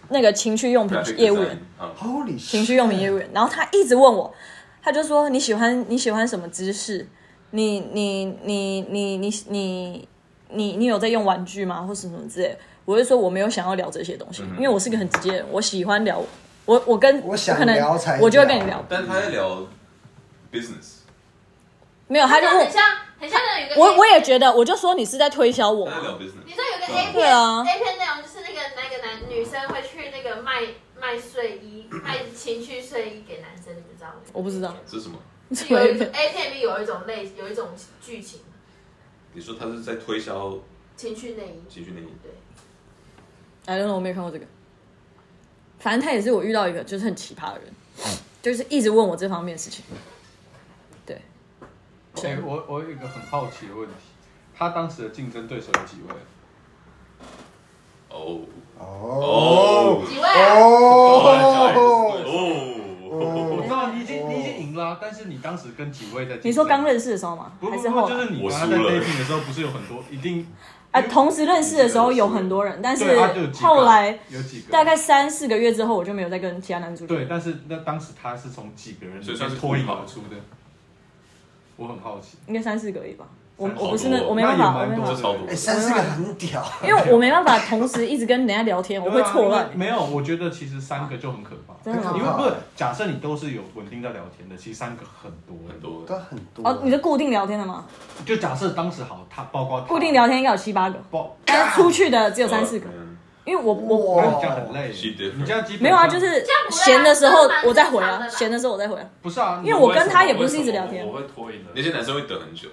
D: 那个情趣用品业务员，。
B: 嗯，
C: Holy
D: 情趣用品业务员。然后他一直问我，他就说你喜欢你喜欢什么姿势？你你你你你你你你有在用玩具吗？或什么什么之类的？我就说我没有想要聊这些东西，因为我是个很直接的人，我喜欢聊。我我跟
C: 我想
D: 可能
C: 聊才
D: 我就会
C: 聊
D: 跟你聊，
B: 但是他在聊 business，
D: 没有他就问
A: 很像很像那有一个
D: 我，我也觉
A: 得。
D: 得，我就说你是在推销我
B: 他在
D: 吗？
B: 聊 business。
A: 你知道有个 A
D: 对
A: 片、
D: 啊
A: A 片内容就是那个那个男女生会去那个卖卖睡衣、卖情趣睡衣给男生，你们知道吗？
D: 我不知道，
B: 这是什么？
D: 你
A: 就
D: 怎么
A: 有
D: 会
A: 一种 A 片里面有一种类有一种剧情
B: 你说他是在推销
A: 情趣内衣，
B: 情绪内衣？
A: 对，
D: 哎，真的我没有看过这个。反正他也是我遇到一个就是很奇葩的人，就是一直问我这方面的事情。对，
E: 哎，我我有一个很好奇的问题，他当时的竞争对手有几位？
B: 哦
C: 哦
A: 几位啊？
C: 哦
B: 哦，
E: 我知道你已经你已经赢啦，但是你当时跟几位在竞争？
D: 你说刚认识的时候吗？
E: 不
D: 还
E: 不
D: 是
E: 不，
D: 后
E: 就
D: 来？
E: 是你
B: 我
E: 跟他
B: 输
E: 在
B: 了
E: dating 的时候，不是有很多一定
D: 啊，同时认识的时候有很多人，但
E: 对
D: 是
E: 啊就有几个
D: 后来
E: 有几个
D: 大概三四个月之后，我就没有再跟其他男主角。
E: 对，但是那当时他是从几个人
B: 所以
E: 里
B: 算
E: 面
B: 是
E: 脱颖
B: 互跑
E: 而出的，我很好奇。
D: 应该三四个而已吧。我
E: 三四
D: 我不
B: 好多哦
D: 是那我没办法，
E: 那
D: 我
E: 也
D: 没
E: 蛮多
D: 办
B: 这
D: 法，
B: 超多
C: 哎，。三四个很屌，
D: 因为我没办法同时一直跟人家 聊天，我会错
E: 对啊
D: 乱
E: 因为。没有，我觉得其实三个就很可怕。
D: 真的
E: 因
D: 吗？
E: 为不是，假设你都是有稳定在聊天的，其实三个很多
B: 很多
C: 都很多。
D: 哦，你就固定聊天的吗？
E: 就假设当时好，他包括他
D: 固定聊天应该有七八个，
E: 包，
D: 但是出去的只有三四个。
B: 嗯
D: 因为我我
H: 那你这样很累
B: She
H: 耶。
B: different
H: 你这样基本
D: 没有啊，就是
A: 这样不会啊
D: 闲的时候
A: 这样蛮
D: 我再回
A: 正
D: 啊
A: 常，的吧
D: 闲的时候我再回啊。
G: 不是啊，
D: 因为我跟他也不是一直聊天
F: 我会拖延的。
B: 那些男生会等很久，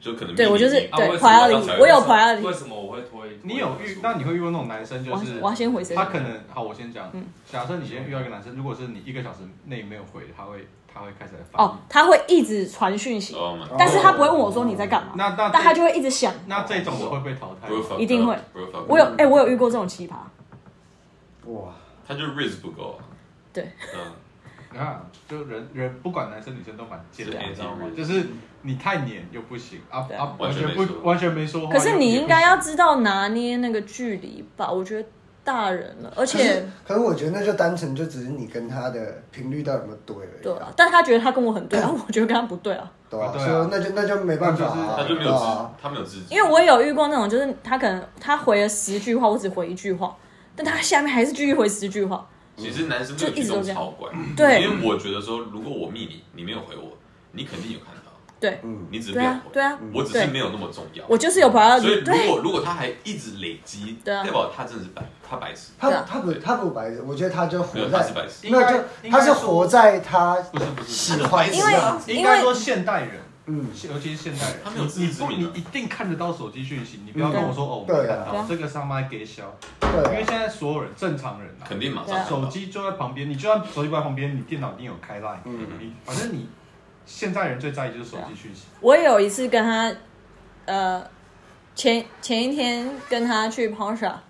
B: 就可能
D: 对我就是
B: 密你
F: 啊
D: 对
F: 为什么
D: priority，我有 priority
F: 为什么我会拖延？
G: 你有遇，那你会遇到那种男生，
D: 我
G: 就是
D: 我要先回谁？
G: 他可能好，我先讲
D: 嗯。
G: 假设你今天遇到一个男生，如果是你一个小时内没有回，他会他会开始来烦
D: 哦
G: 你。，
D: 他会一直传讯息，
B: 哦嘛，
D: 但是他不会问我说你在干嘛，
G: 那那
D: 但他就会一直想。
G: 那这种的会被淘汰
B: 不。会放，
D: 一定会
B: 不会放。
D: 我有哎、我有遇过这种奇葩，
C: 哇，
B: 他就 r i s 不够啊。
D: 对，
B: 嗯，
G: 你看，就人人不管男生女生都蛮贱的，
B: 是
G: 你知道吗
B: anti-rude？
G: 就是你太黏又不行啊
D: 对
G: 啊，
B: 完
G: 完
B: 全
G: 全
B: 没说
G: 不完全没说话。
D: 可是你
G: 又
D: 应该要知道拿捏那个距离吧，我觉得大人了，而
C: 可是
D: 且
C: 可是我觉得那就单纯就只是你跟他的频率到底有没有对而已。
D: 对啊，但他觉得他跟我很对啊，我觉得跟他不对啊，
C: 对啊，
G: 啊对啊
C: 所以那就那就没办法啊，
B: 他就没有
C: 对
B: 自
C: 啊，，
B: 他没有自知，
D: 因为我也有遇过那种，就是他可能他回了十句话，我只回一句话，但他下面还是继续回十句话，
B: 其实男生这个举动超怪，
D: 对
B: 因为我觉得说，如果我密你，你没有回我，你肯定有看到，
D: 对
C: 嗯，
B: 你只是
D: 对
B: 没有
D: 啊
B: 回，
D: 对啊，
B: 我只是
D: 对
B: 没有那么重要。
D: 我就是有
B: 所以
D: priority，
B: 如
D: 对
B: 果如果他还一直累积，
D: 对啊
B: 代表他真的是白，他白痴，
C: 他
D: 对啊
C: 他不他不白痴，我觉得他就
B: 没
C: 活
B: 有他是
C: 在，
B: 白痴，
G: 应该
C: 就他是活在他
G: 不是不是，
B: 啊
C: 喜欢的
D: 因为
C: 样子，
G: 应该说现代人，
C: 嗯，
G: 尤其是现代人，
B: 他没有自
G: 你
B: 知之
G: 不
B: 明
G: 你
B: 啊
G: 一定看得到手机讯息，你不要跟我说哦，我没
C: 对
G: 看
D: 嗯对
G: 到
D: 啊，
G: 这个上麦给小，因为
C: 对啊
G: 现在所有人正常人啊，
B: 肯定马上
D: 对啊
B: 看
G: 手
B: 到
G: 机就在旁边，你就算手机不在旁边，你电脑一定有开 line，
C: 嗯
G: 你反正你现在人最在意就是手
D: 啊
G: 机讯息，
D: 我也有一次跟他，呃，前前一天跟他去 p o n s h a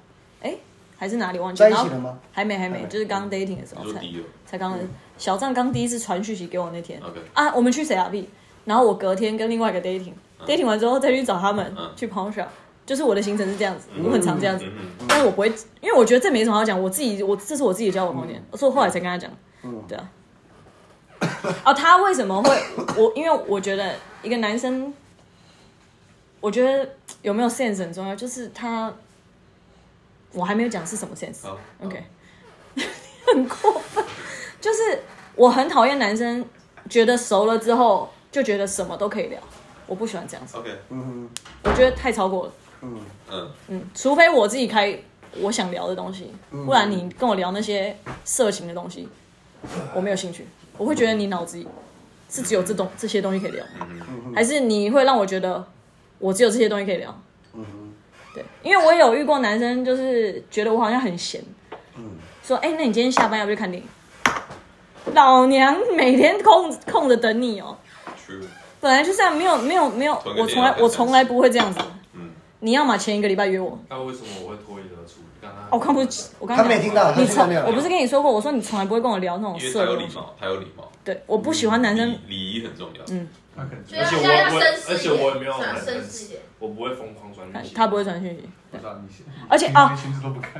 D: 哎，还是哪里忘记，
C: 在
D: 然
C: 一
D: 后
C: 起了吗？
D: 还没还
C: 还
D: 没，
C: 没
D: 就是刚 dating 的时
B: 你
D: 候
B: 说
D: 才
B: 低了
D: 才刚小张刚第一次传讯息给我那天
B: ，OK，
D: 啊，我们去 C R B，然后我隔天跟另外一个 dating、
B: 嗯
D: dating 完之后再去找他们、
B: 嗯
D: 去 p o n s h a 就是我的行程是这样子，
B: 嗯
D: 我很常这样子，
B: 嗯
D: 但是我不会，因为我觉得这没什么好讲，我自己我这是我自己交往方面，所以我后来才跟他讲，
C: 嗯
D: 对啊。哦，他为什么会我？因为我觉得一个男生，我觉得有没有 sense 很重要，就是他，我还没有讲是什么 sense。
B: 好
D: OK，很嗯 过分，就是我很讨厌男生觉得熟了之后就觉得什么都可以聊，我不喜欢这样子，
B: ，OK，
C: 嗯
D: 我觉得太超过了。
C: 嗯，
B: 嗯，
D: 嗯，除非我自己开我想聊的东西，
C: 嗯
D: 不然你跟我聊那些色情的东西，我没有兴趣。我会觉得你脑子里是只有这东这些东西可以聊，还是你会让我觉得我只有这些东西可以聊？对，因为我有遇过男生，就是觉得我好像很闲，说哎、那你今天下班要不要去看电影？老娘每天空空着等你哦、
B: true，
D: 本来就这样，没有没有没有，
B: 同一个
D: 我
B: 点
D: 从来
B: 要
D: 我
B: 看
D: 从
B: 三
D: 来
B: 次
D: 不会这样子。
B: 嗯
D: 你要么前一个礼拜约我，
F: 那为什么我会脱颖而出？你刚刚
D: 哦，我刚不是我刚
C: 他
D: 刚
C: 没
D: 讲
C: 听到，他
D: 你
C: 听到
D: 从
C: 没有？
D: 我不是跟你说过，我说你从来不会跟我聊那种
B: 因为他
D: 哦色
B: 有
D: 的
B: 礼
D: 东西。
B: 貌，他有礼貌，
D: 对，我不喜欢男生
B: 礼，礼仪很重要，
D: 嗯，
G: 他可能
A: 所以
F: 而且
A: 要要绅士一
F: 我我
A: 点
F: 而且我也没有
A: 算
F: 很
A: 绅士一点。
F: 我不会疯狂传讯息，
D: 嗯他不会传讯息。
G: 不知道你，
D: 而且
G: 你
D: 啊
G: 连裙子都不看，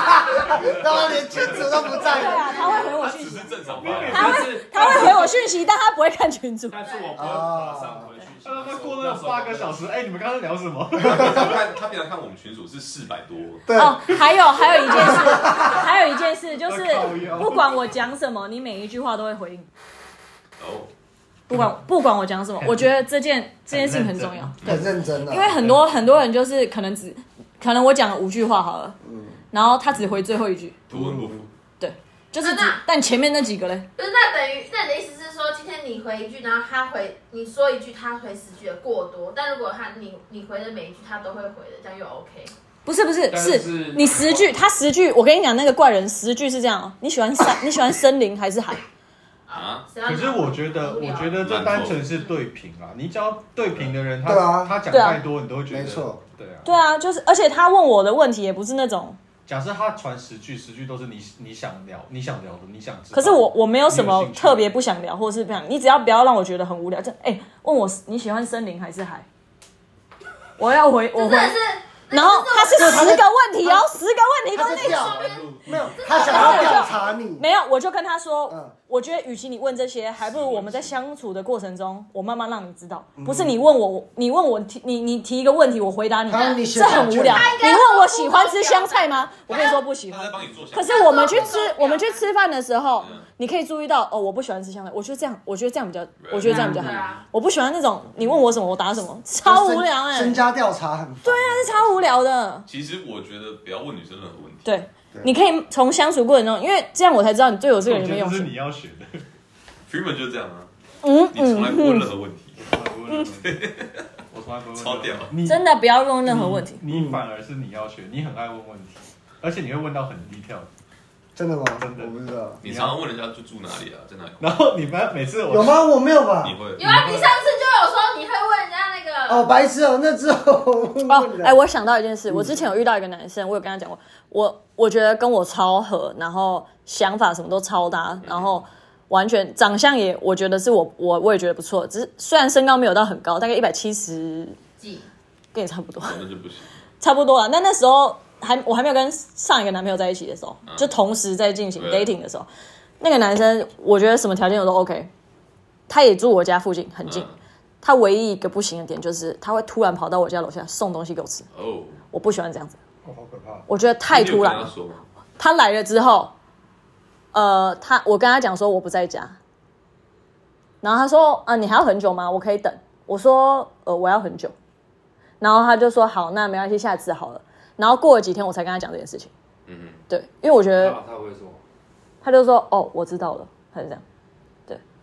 C: 他连君子都不
D: 对
C: 在，
D: 啊，他会回我
B: 他
D: 讯
B: 只
D: 息，
B: 是正常发言，
D: 他会
G: 哎
D: 他会回我讯息，但他不会看群主。
F: 但是我不会马上回讯息。
G: 他妈过了八个小时，哎，你们刚刚在聊什么？
B: 他看他平常看我们群主是四百多，
C: 对，
D: 哦，还有还有一 件事，还有一件事就是
G: 靠腰
D: 不管我讲什么，你每一句话都会回应。
B: 哦，
D: 不管不管我讲什么，我觉得这件这件事情很重要。
C: 很认真啊，
D: 因为很多很多人就是可能只可能我讲了五句话好了，
C: 嗯
D: 然后他只回最后一句，
B: 图文不符，
D: 就是只
A: 那那
D: 但前面那几个嘞，
A: 不是，那等于那你的意思是说，今天你回一句，然后他回你说一句，他回十句的过多。但如果他你你回的每一句他都会回的，这样又 OK。
D: 不是不是
F: 但
D: 是
F: 是
D: 你十句，他十句，我跟你讲那个怪人十句是这样哦，你喜欢山你喜欢森林还是海？
B: 啊，
A: 只要
G: 可
A: 你
G: 是我觉得，
A: 无
G: 我
A: 聊
G: 觉得这单纯是对平啊。你只要对平的人，他
C: 对啊
G: 他讲
D: 对啊
G: 太多，你都会觉得
C: 没错。
G: 对啊，
D: 对啊，就是而且他问我的问题也不是那种，
G: 假设他传十句，十句都是你你想聊、你想聊的、你想知道的。
D: 可是我我没有什
G: 你有
D: 么
G: 兴趣
D: 特别不想聊，或者是不想，你只要不要让我觉得很无聊，就哎、问我你喜欢森林还是海？我要回我
A: 真
D: 回
A: 的，是
D: 然后他是
C: 对他在
D: 十个问题哦，十个问题
C: 他
D: 都
C: 在
D: 是
C: 调
A: 双边
C: 没有，他想要调查你，
D: 没有，我就跟他说，
C: 嗯
D: 我觉得，与其你问这些，还不如我们在相处的过程中，我慢慢让你知道，不是你问我，你问我提你你提一个问题，我回答你，
C: 他你写
D: 这很无聊。
C: 考
A: 卷
D: 你问我喜欢吃香菜吗？我跟你说不喜
B: 他
D: 欢
B: 在。帮你做
D: 可
B: 想
D: 是我们去 吃，我们去吃饭的时候，你可以注意到哦，我不喜欢吃香菜。我觉得这样，我觉得这样比较，我觉得这样比较
A: 对
D: 好。
A: 啊，
D: 我不喜欢那种你问我什么我答什么，超无聊哎、
C: 身
D: 真的
C: 家调查很对啊，
D: 超无聊的。
B: 其实我觉得不要问女生任何问题。
D: 对，你可以从相处过程中，因为这样我才知道你对我这个人有没有用
G: 是
D: 心
G: 你。要学的。
B: ，Freeman 就是这样啊，
D: 嗯
B: 你从来
D: 嗯
B: 不问任何问题，
G: 我从来 不问。
B: 超屌。
G: 你
D: 真的不要问任何问题。
C: 嗯
G: 你反而是你要学，你很爱问问题，而且你会问到很低调。
C: 真的吗？
G: 真的
C: 我不知道，
B: 你常常问人家就住哪里啊，在哪里？
G: 然后你们每次我
C: 有吗？我没有吧
B: 你？会
A: 有啊，你上次就有说你会问人家那个
C: 哦，白痴哦，那之后我问
D: 哦
C: 问，
D: 哎、
C: 的
D: 我想到一件事，
B: 嗯
D: 我之前有遇到一个男生，我有跟他讲过，我我觉得跟我超合，然后想法什么都超
B: 嗯
D: 搭，然后完全长相也，我觉得是我我我也觉得不错，只是虽然身高没有到很高，大概一百七十，
A: 几，
D: 跟你差不多，
B: 那就不行。
D: 差不多了。啊那那时候还我还没有跟上一个男朋友在一起的时候，就同时在进行
B: 嗯对
D: dating 的时候，那个男生我觉得什么条件我都 OK，他也住我家附近很近，
B: 嗯
D: 他唯一一个不行的点就是他会突然跑到我家楼下送东西给我吃，
B: 哦，
D: 我不喜欢这样子。
C: 哦好可怕。
D: 我觉得太突然
B: 你有跟他
D: 了。
B: 说吗？
D: 他来了之后，呃，他我跟他讲说我不在家，然后他说啊，你还要很久吗？我可以等。我说呃，我要很久。然后他就说好，那没关系，下次好了。然后过了几天，我才跟他讲这件事情。
B: 嗯，
D: 对，因为我觉得
B: 啊
F: 他啊他会说，
D: 他就说哦，我知道了，他就这样。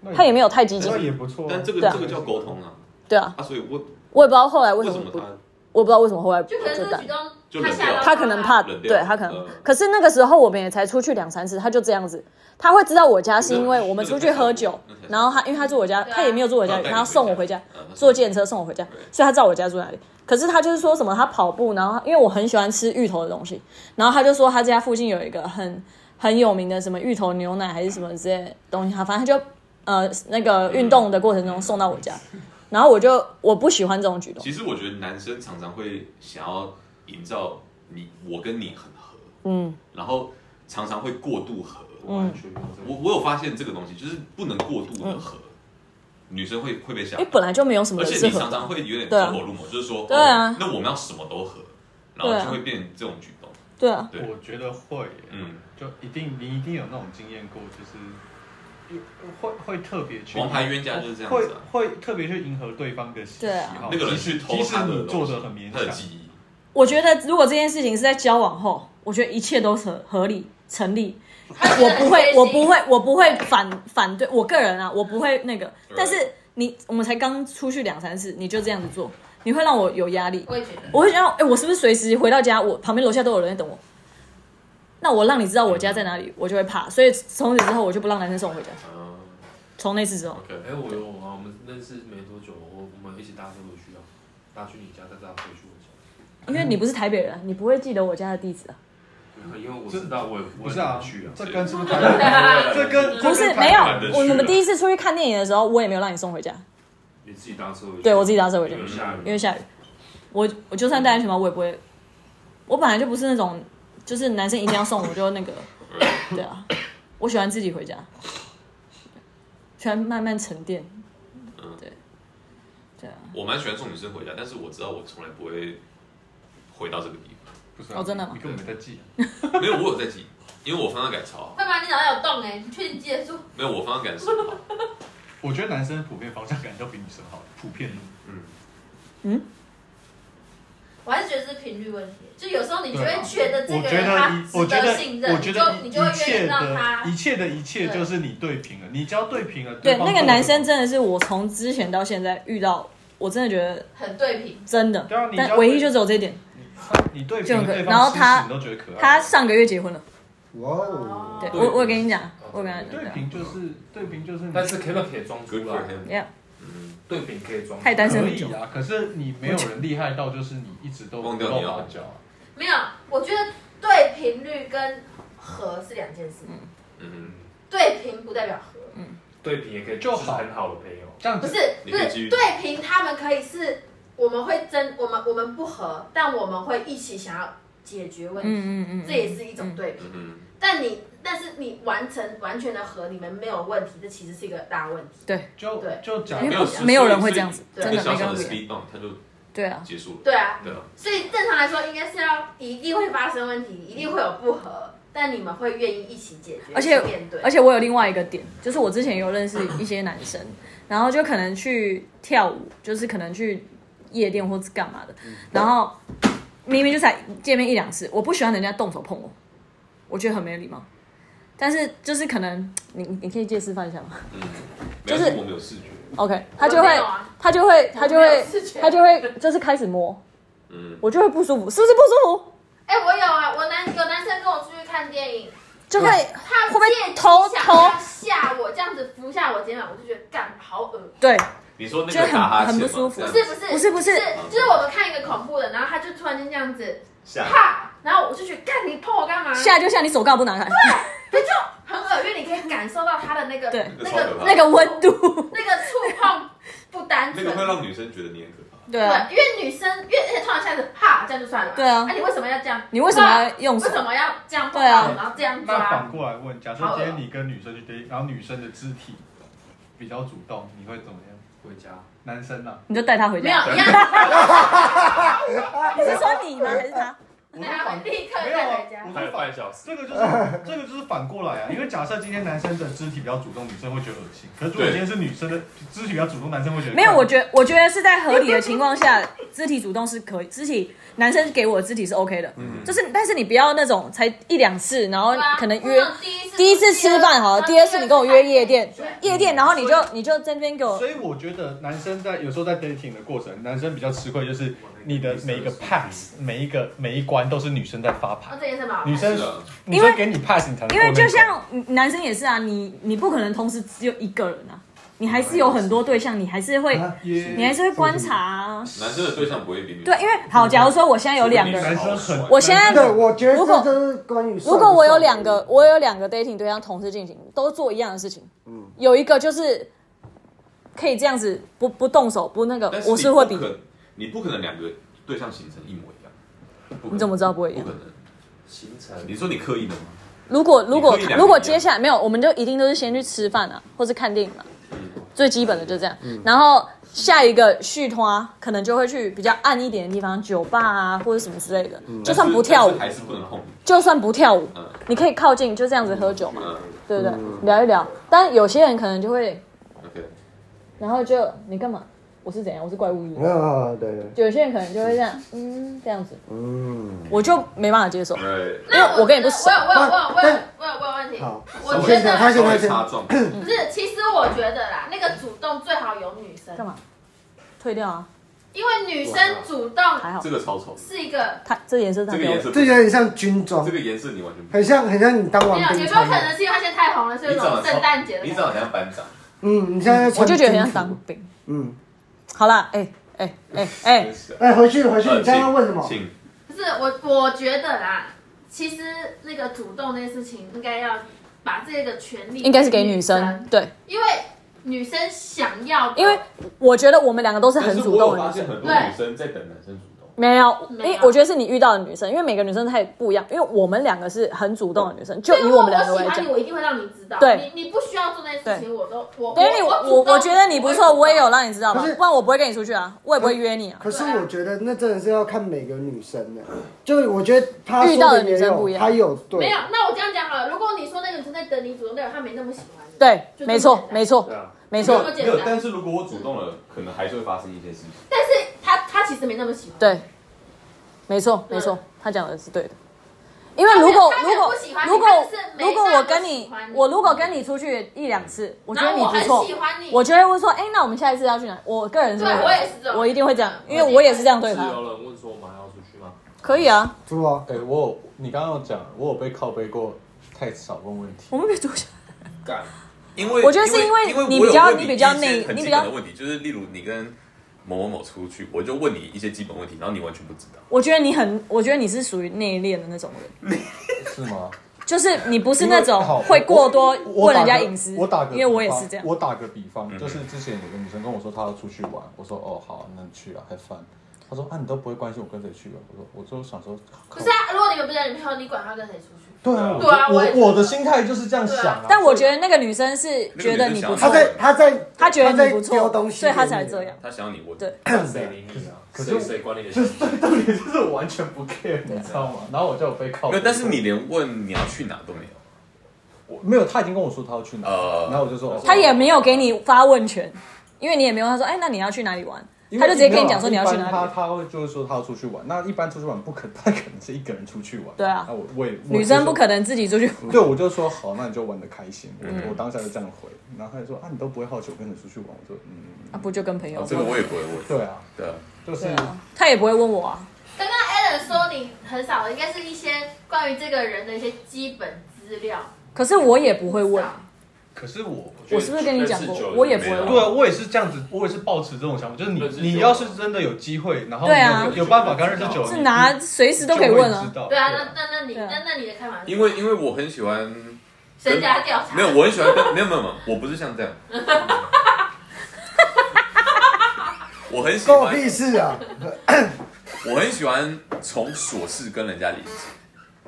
G: 那
D: 他也没有太激进
G: 那，也不错啊。
B: 但这个
D: 对啊
B: 这个叫沟通啊。
D: 对啊，
B: 啊，所以问
D: 我也不知道后来为
B: 为
D: 什
B: 什
D: 么
B: 么
D: 不，
B: 他呃
D: 我不知道为什么后来不
A: 就可能这个
D: 干
A: 举。动
B: 就
A: 他
B: 冷
A: 吓到
B: 掉
D: 他可能怕，
B: 冷
D: 对
B: 掉
D: 他可能，
B: 嗯
D: 可是那个时候我们也才出去两三次，他就这样子，他会知道我家是因为我们出去喝酒
B: 那才是，
D: 然后他因为他住我家，
A: 对啊
D: 他也没有住我家
B: 他
D: 里，
B: 带你
D: 他要送我回
B: 回
D: 家
B: 家嗯他，
D: 坐电车送我回家，所以他知道我家住哪里。可是他就是说什么他跑步，然后因为我很喜欢吃芋头的东西，然后他就说他家附近有一个很很有名的什么芋头牛奶还是什么之类的东西，他反正他就呃那个运动的过程中送到我家，然后我就我不喜欢这种举动，
B: 其实我觉得男生常常会想要营造你我跟你很合，
D: 嗯，
B: 然后常常会过度合。
F: 我完全没有这
B: 我
F: 个。
B: 我有发现这个东西，就是不能过度的合，
D: 嗯
B: 女生会会被吓
D: 因为。本来就没有什么
B: 而
D: 人
B: 且
D: 是
B: 你
D: 合
B: 常
D: 的
B: 常。会有点
D: 对啊
B: 走火入魔，就是说，
D: 对啊
B: 哦那我们要什么都合，然后
D: 对啊
B: 就会变这种举动。
D: 对啊，
B: 对
G: 我觉得会耶，
B: 嗯，
G: 就一定你一定有那种经验过，就是会会特别去
B: 王牌冤家就是这样
G: 会
B: 子啊
G: 会特别去迎合对方的喜喜
D: 对啊
G: 好，
B: 那个人
G: 即
B: 去
G: 使
B: 偷
G: 即使
B: 他的
G: 你
B: 东
G: 做
B: 西
G: 的很勉
B: 他的
G: 强，
B: 记忆，
D: 我觉得如果这件事情是在交往后，我觉得一切都是合合理成立。
A: 他觉得
D: 我
A: 很
D: 不会，
A: 开心
D: 我不会，我不会反反对我个人啊，我不会那个。但是你，我们才刚出去两三次，你就这样子做，你会让我有压力。
A: 我也觉得，
D: 我会觉得，哎、我是不是随时回到家，我旁边楼下都有人在等我？那我让你知道我家在哪里，我就会怕。所以从此之后，我就不让男生送我回家。
B: 嗯
D: 从那次之后，
B: ，OK，
F: 哎，我有啊，我们认识没多久，我我们一起搭车回去啊，搭去你家，再搭车回去我家。
D: 因为你不是台北人，啊你不会记得我家的地址啊。
F: 因为我知道我也
G: 不
F: 不
G: 是啊
F: 去啊，，
G: 这跟是不是台湾？ 这跟
D: 不是
G: 这跟
D: 没有
G: 台湾的，啊
D: 我
B: 去
D: 我们
B: 了
D: 第一次出去看电影的时候，我也没有让你送回家。
F: 你自己搭车回去。
D: 对我自己搭车回去
F: 因为下雨，
D: 因为下雨，我我就算戴安全帽，我也不会。我本来就不是那种，就是男生一定要送我就那个，对啊，我喜欢自己回家，喜欢慢慢沉淀。
B: 嗯
D: 对，对啊，
B: 我蛮喜欢送女生回家，但是我知道我从来不会回到这个地
G: 不是啊
D: 哦真的吗
G: 你根本没在记啊，
B: 方。没有，我有在记，因为我方向感超好。
A: 干嘛你脑袋有洞哎、你确定记得住？
B: 没有，我方向感是好。
G: 我觉得男生普遍方向感都比女生好，普遍的。
B: 嗯，
A: 我还是觉得是频率问题，就有时候你就
G: 对
A: 会
G: 啊
A: 觉得这
G: 我
A: 个
G: 觉
A: 人
G: 得
A: 他
G: 一，我
A: 值
G: 觉
A: 得
G: 得
A: 信，任，
G: 我
A: 你
G: 觉
A: 就
G: 得
A: 你就会
G: 一
A: 愿
G: 切
A: 意让
G: 的，
A: 他
G: 一切的一切
A: 对
G: 就是你对平了，你只要对平了，
D: 对，
G: 方
D: 那个
G: 做
D: 男
G: 得
D: 生
G: 好
D: 真的是我从之前到现在遇到，我真的觉得
A: 很对频。
D: 真的
G: 对啊你，
D: 但
G: 要
D: 唯一
G: 对
D: 就只有这一点。
G: 他你对
D: 就
G: 平
D: 很
G: 了
D: 可
G: 对
D: 然后
G: 方吃
D: 他
G: 屎你都觉得可爱，啊
D: 他上个月结婚了，
C: 哇哦，
D: 对
B: 对
D: 我我跟你讲，我跟他讲
G: 对
D: 对啊，
G: 平就是对平就是你，
F: 但是可不可以装 出
B: Good for
F: 来？
B: him
D: 你看
B: 嗯，
F: 对饼可以装出
D: 太
F: 来。
D: 单身
G: 可
D: 很久
G: 以，啊，可是你没有人厉害到就是你一直都
B: 忘
G: 不
B: 掉
G: 露
B: 你要
G: 马脚啊，
A: 没有，我觉得对频率跟和是两件事，
B: 嗯，
A: 对频不代表和。
F: 对饼也可以，
G: 就好
F: 是很好的朋友。
G: 这样
A: 不
G: 子
A: 是不
B: 你可以继
A: 是
B: 续
A: 对平，他们可以是我们会争，我们我们不和，但我们会一起想要解决问题，
D: 嗯嗯嗯，
A: 这也是一种对比。
B: 嗯
A: 但你但是你完成完全的和你们没有问题，这其实是一个大问题。
G: 就
A: 对
G: 就假
D: 因
B: 哼，
D: 为
G: 如
D: 不
B: 实
D: 没有
B: 所
D: 人
B: 以
D: 会这样子
B: 所
A: 真
B: 以
A: 的
B: 一个小
D: 没
B: 小的
D: 人会
B: speed bump 它就
D: 对啊，
B: 结束了。
A: 对啊，
B: 对啊，
A: 所以正常来说应该是要一定会发生问题，一定会有不和，但你们会愿意一起解决，
D: 而且
A: 一起面对，
D: 而且我有另外一个点，就是我之前有认识一些男生，然后就可能去跳舞，就是可能去夜店或是干嘛的，然后明明就才见面一两次，我不喜欢人家动手碰我，我觉得很没礼貌。但是就是可能你你可以借示范一下吗
B: 嗯，
D: 就
B: 没
D: 是
B: 有我没有视觉，
D: ？OK，
A: 我
D: 他就会
A: 没有啊
D: 他就会他就会
A: 我没有视觉
D: 他就会就是开始摸，
B: 嗯，
D: 我就会不舒服，是不是不舒服？
A: 哎、我有啊，我男有男生跟我出去看电影，
D: 就会
A: 他
D: 会不会
A: 借机
D: 偷
A: 想
D: 偷
A: 要吓我，这样子扶下我肩膀，我就觉得干好恶
D: 对
B: 你说那
D: 就
B: 个
D: 很
B: 打哈欠
D: 很
B: 吗
D: 不舒
B: 这
D: 服
B: 样
A: 不是不是
D: 不是不是
A: 就是我们看一个恐怖的，然后他就突然间这样子
B: 下
A: 啪，然后我就觉得干你碰我干嘛？
D: 下就下，你手干嘛不拿开？
A: 他就很恶心，你可以感受到他的那个
D: 对
A: 那
B: 超可
A: 个
B: 怕
D: 那个温度，
A: 那个触碰不单
B: 那
A: 纯，
B: 个会让女生觉得你很可怕。
A: 对
D: 对啊，，
A: 因为女生越而且突然一下子啪这样就算了，
D: 对啊
A: 那你为什么要这样？
D: 你为什么要用手
A: 为？什么要这样碰
D: 对啊
A: 我然后这样
G: 那
A: 抓
G: 反？过来问，假设今天你跟女生去 d a 然后女生的肢体比较主动，你会怎么样？
F: 回家，
G: 男生啊，
D: 你就带他回
A: 没有呃
D: 家。
A: 一样，
D: 你是说你吗？还是他？
G: 我
A: 他
G: 反
A: 会立刻
G: 没有
A: 带回
G: 啊
A: 家，。
G: 我
F: 还
G: 是反，
F: 有半小时，
G: 这个就是 这个就是反过来啊，因为假设今天男生的肢体比较主动，女生会觉得恶心；可是如果
B: 对
G: 今天是女生的肢体比较主动，男生会觉得
D: 没有，我觉我觉得是在合理的情况下，肢体主动是可以，肢体男生给我的肢体是 OK 的，
B: 嗯
D: 就是但是你不要那种才一两次，然后
A: 对啊
D: 可能约
A: 那种第一次
D: 第一次吃饭好了，第二次你跟我约夜店
A: 对，
D: 夜店，然后你就你就在那边给我
G: 所以我觉得男生在有时候在 dating 的过程，男生比较吃亏，就是你的每一个 pass，每一个每一关都是女生在发
A: 哦
G: 牌，，
A: 这也是毛
G: 女生
B: 是啊
G: 女生给你 pass，你才能
D: 因为
G: 过那
D: 就
G: 一关
D: 像男生也是啊，你你不可能同时只有一个人啊，你还是有很多对象，你还是会
G: 啊
D: 你还是会观察啊。
B: 男生的对象不会比女
D: 对，因为好，假如说我现在有两个人，
G: 男生很
D: 我现在
C: 对，我觉得
D: 如果
C: 这就是关于算不算
D: 如果我有两个，我有两个 dating 对象同时进行，都做一样的事情，
C: 嗯
D: 有一个就是可以这样子不不动手不那个
B: 但，
D: 我
B: 你
D: 是
B: 不
D: 会比
B: 可你不可能两个对象形成一模一样，不可能
D: 你怎么知道不会一
B: 不
D: 样
B: 可？能，
F: 行程
B: 你说你刻意的吗？
D: 如果如
B: 你
D: 果
B: 可以两个
D: 如果
B: 一样
D: 接下来没有，我们就一定都是先去吃饭啊，或是看电影嘛，最基本的就这样。
C: 嗯
D: 然后下一个续团啊可能就会去比较暗一点的地方，酒吧啊或者什么之类的。
C: 嗯
D: 就算不跳舞
B: 但是，还是不能碰。
D: 就算不跳舞
B: 嗯，
D: 你可以靠近，就这样子喝酒嘛，
B: 嗯
D: 对不对？聊一聊。但有些人可能就会，
B: ，OK，
D: 然后就你干嘛？我是怎样？我是怪物
B: 嗯
D: 是不是
C: 啊，对对，
D: 有些人可能就会这样，嗯，这样子，
C: 嗯，
D: 我就没办法接受。
B: 对，
D: 因为我跟你不熟
A: 我有我有我有我有我有我有问题
C: 好，
A: 我
C: 我
A: 觉
C: 先讲，他
A: 得
C: 先
B: 稍
C: 他
B: 微
C: 先，
B: 擦撞，
A: 不是，其实我觉得啦，那个主动最好有女生
D: 干，嘛？退掉啊！
A: 因为女生主动
D: 还好
B: 这，个超丑，
A: 是一个
D: 他这颜色他
B: 这个
D: 给我
B: 颜。色，
C: 这有点像军装
B: 这，个颜色你完全不。
C: 很像很像你当
D: 啊
A: 没有，
C: 完
A: 有没
C: 兵
A: 有
C: 穿
A: 可
C: 的，
A: 能是因为他现在太红了，所以
B: 你
A: 有
B: 长
A: 种
B: 得
A: 圣诞节的
B: 你
A: 感
B: 长得
A: 觉？
B: 很像班长，
C: 嗯，你现在
D: 我就觉得很
C: 很
D: 像当，兵。
C: 嗯，
D: 好啦，哎哎哎哎，
C: 哎，回去回去，
B: 呃
C: 你刚刚问什么？
B: 请
A: 不是我，我觉得啦，其实那个主动那件事情应该要把这个权利
D: 应该是给女
A: 女
D: 生，，对，
A: 因为女生想要的，
D: 因为我觉得我们两个都是
B: 但
D: 很
B: 是
D: 主
B: 我
D: 动
B: 有
D: 的
B: 发
D: 女生
B: 现。很多女生在等男生主动，
D: 没有，因
A: 没有
D: 为我觉得是你遇到的女生，因为每个女生太不一样。因为我们两个是很主动的女生，就
A: 对
D: 以
A: 如果
D: 们两个
A: 我
D: 为
A: 喜欢
D: 准
A: 你，。我一定会让你知道。
D: 对
A: 你你不需要做那些事情，我都我
D: 等于你，
A: 我
D: 我我觉得你不错，我也有。让你知道吧，
C: 可是
D: 不然我不会跟你出去啊，我也不会约你啊。
C: 可是
A: 对啊
C: 我觉得那真的是要看每个女生的，就是我觉得她
D: 遇到
C: 说
D: 的
C: 的也
D: 女生不一
C: 有，
D: 样
C: 她有
A: 主动没
C: 对
A: 有，，那我这样讲好了。如果你说那个女生在等你主动，代表她没那么喜欢你。
D: 对，
A: 就这么
D: 没错
A: 简，单
D: 没错
F: 对，啊，
D: 没错
A: 这，么
B: 没
A: 简
B: 有。
A: 单。
B: 但是如果我主动了，可能还是会发生一些事情。
A: 但是她她其实没那么喜欢。
D: 对，没错，没错
A: 嗯，
D: 他讲的是对的。因为如果
A: 他没
D: 如
A: 有
D: 果
A: 不喜欢你
D: 如果
A: 但是没
D: 如果我跟
A: 那么喜
D: 你
A: 欢你
D: 我如果跟你出去一两次，我觉得
A: 然
D: 你
A: 后我
D: 不
A: 很
D: 错
A: 喜，欢你，
D: 我就会问说，哎，那我们下一次要去哪？我个人是这样
A: 对我也是这种
D: 我一定会这样，因为
A: 我一定
D: 我也是这样对
F: 是哦
D: 他。
F: 有人问说我们还要出去吗？
D: 可以啊，
C: 是不？
I: 哎、我有你刚刚有讲，我有被靠背过，太少问问题。
D: 我们别坐下。
B: 干，因为
D: 我觉得是因为你比较你比较内
B: 很
D: 你
B: 基
D: 比
B: 本
D: 较
B: 的问题，就是例如你跟某某某出去，我就问你一些基本问题，然后你完全不知道。
D: 我觉得你很，我觉得你是属于内敛的那种人，
I: 是吗？
D: 就是你不是那种
I: 因为好
D: 会过多
I: 我
D: 问人
I: 打
D: 家
I: 个
D: 隐私。
I: 我打个比
D: 因
I: 方，
D: 为我也是这样。
I: 我打个比方，
B: 嗯
I: 就是之前有个女生跟我说她要出去玩，我说哦好啊，那你去啊，have fun。他说啊，你都不会关心我跟谁去啊？我说，我就想说，
A: 不是啊，如果你们不是女朋友，你管他跟谁出去？
I: 对啊，
A: 对啊
I: 我
A: 我也觉得
I: 我我的心态就是这样想啊。
D: 但我觉得那个女生是觉得你不
C: 他
D: 错，
C: 在他在
D: 她觉得
C: 在
D: 你不
C: 丢东
D: 错，
C: 西，
D: 所以她才这样。。
B: 他想要你问，
D: 对
F: 谁理你啊？
I: 可是
F: 谁谁管你的
I: 就
F: 事？
I: 是对，重点就是我完全不 care，你知道吗？然后我就有被靠
B: 没
I: 背
B: 有，但是你连问你要去哪都没有，
I: 我没有，他已经跟我说他要去哪，
B: 呃
I: 然后我就说，
D: 她也没有给你发问权，因为你也没有问她说，哎，那你要去哪里玩？她就直接
G: 啊
D: 跟你讲说你要
I: 因
D: 去
I: 为一
D: 哪
I: 般
D: 里。
I: 他他会就是说他要出去玩，那一般出去玩不可，他可能是一个人出去玩。
D: 对啊
I: 那我我也
D: 女生不。
I: 我就
D: 可能自己出去，
I: 说
G: 嗯
I: 对，我就说好，那你就玩的开心。
B: 嗯
I: 我我当下就这样回，然后他就说啊，你都不会好奇我跟你出去玩，我说嗯，
D: 啊，不就跟朋友？
B: 这个我也不会问。
I: 对啊，
B: 对啊，
I: 就是
D: 对啊，她也不会问我啊。
A: 刚刚 Alan 说你很少，应该是一些关于这个人的一些基本资料。
D: 可是我也不会问，啊
G: 可是我
D: 我是不是跟你讲过
F: 认识久了
D: 我也不会
F: 没有
D: 问
G: 对啊，我也是这样子，我也是抱持这种想法，就是你
F: 认识久了
G: 你要是真的有机会，然后
D: 对啊
G: 你有有办法刚认识久了，
B: 啊
D: 是
G: 你
D: 拿随时都可以问啊。。
A: 对啊，那那那你
D: 对啊
A: 那那你的看法是？
B: 因为因为我很喜欢，
A: 身家调查
B: 没有，我很喜欢跟，没有没有没有，我不是像这样， 我很喜
C: 关我
B: 欢，
C: 屁事啊！
B: 我很喜欢从琐事跟人家连接，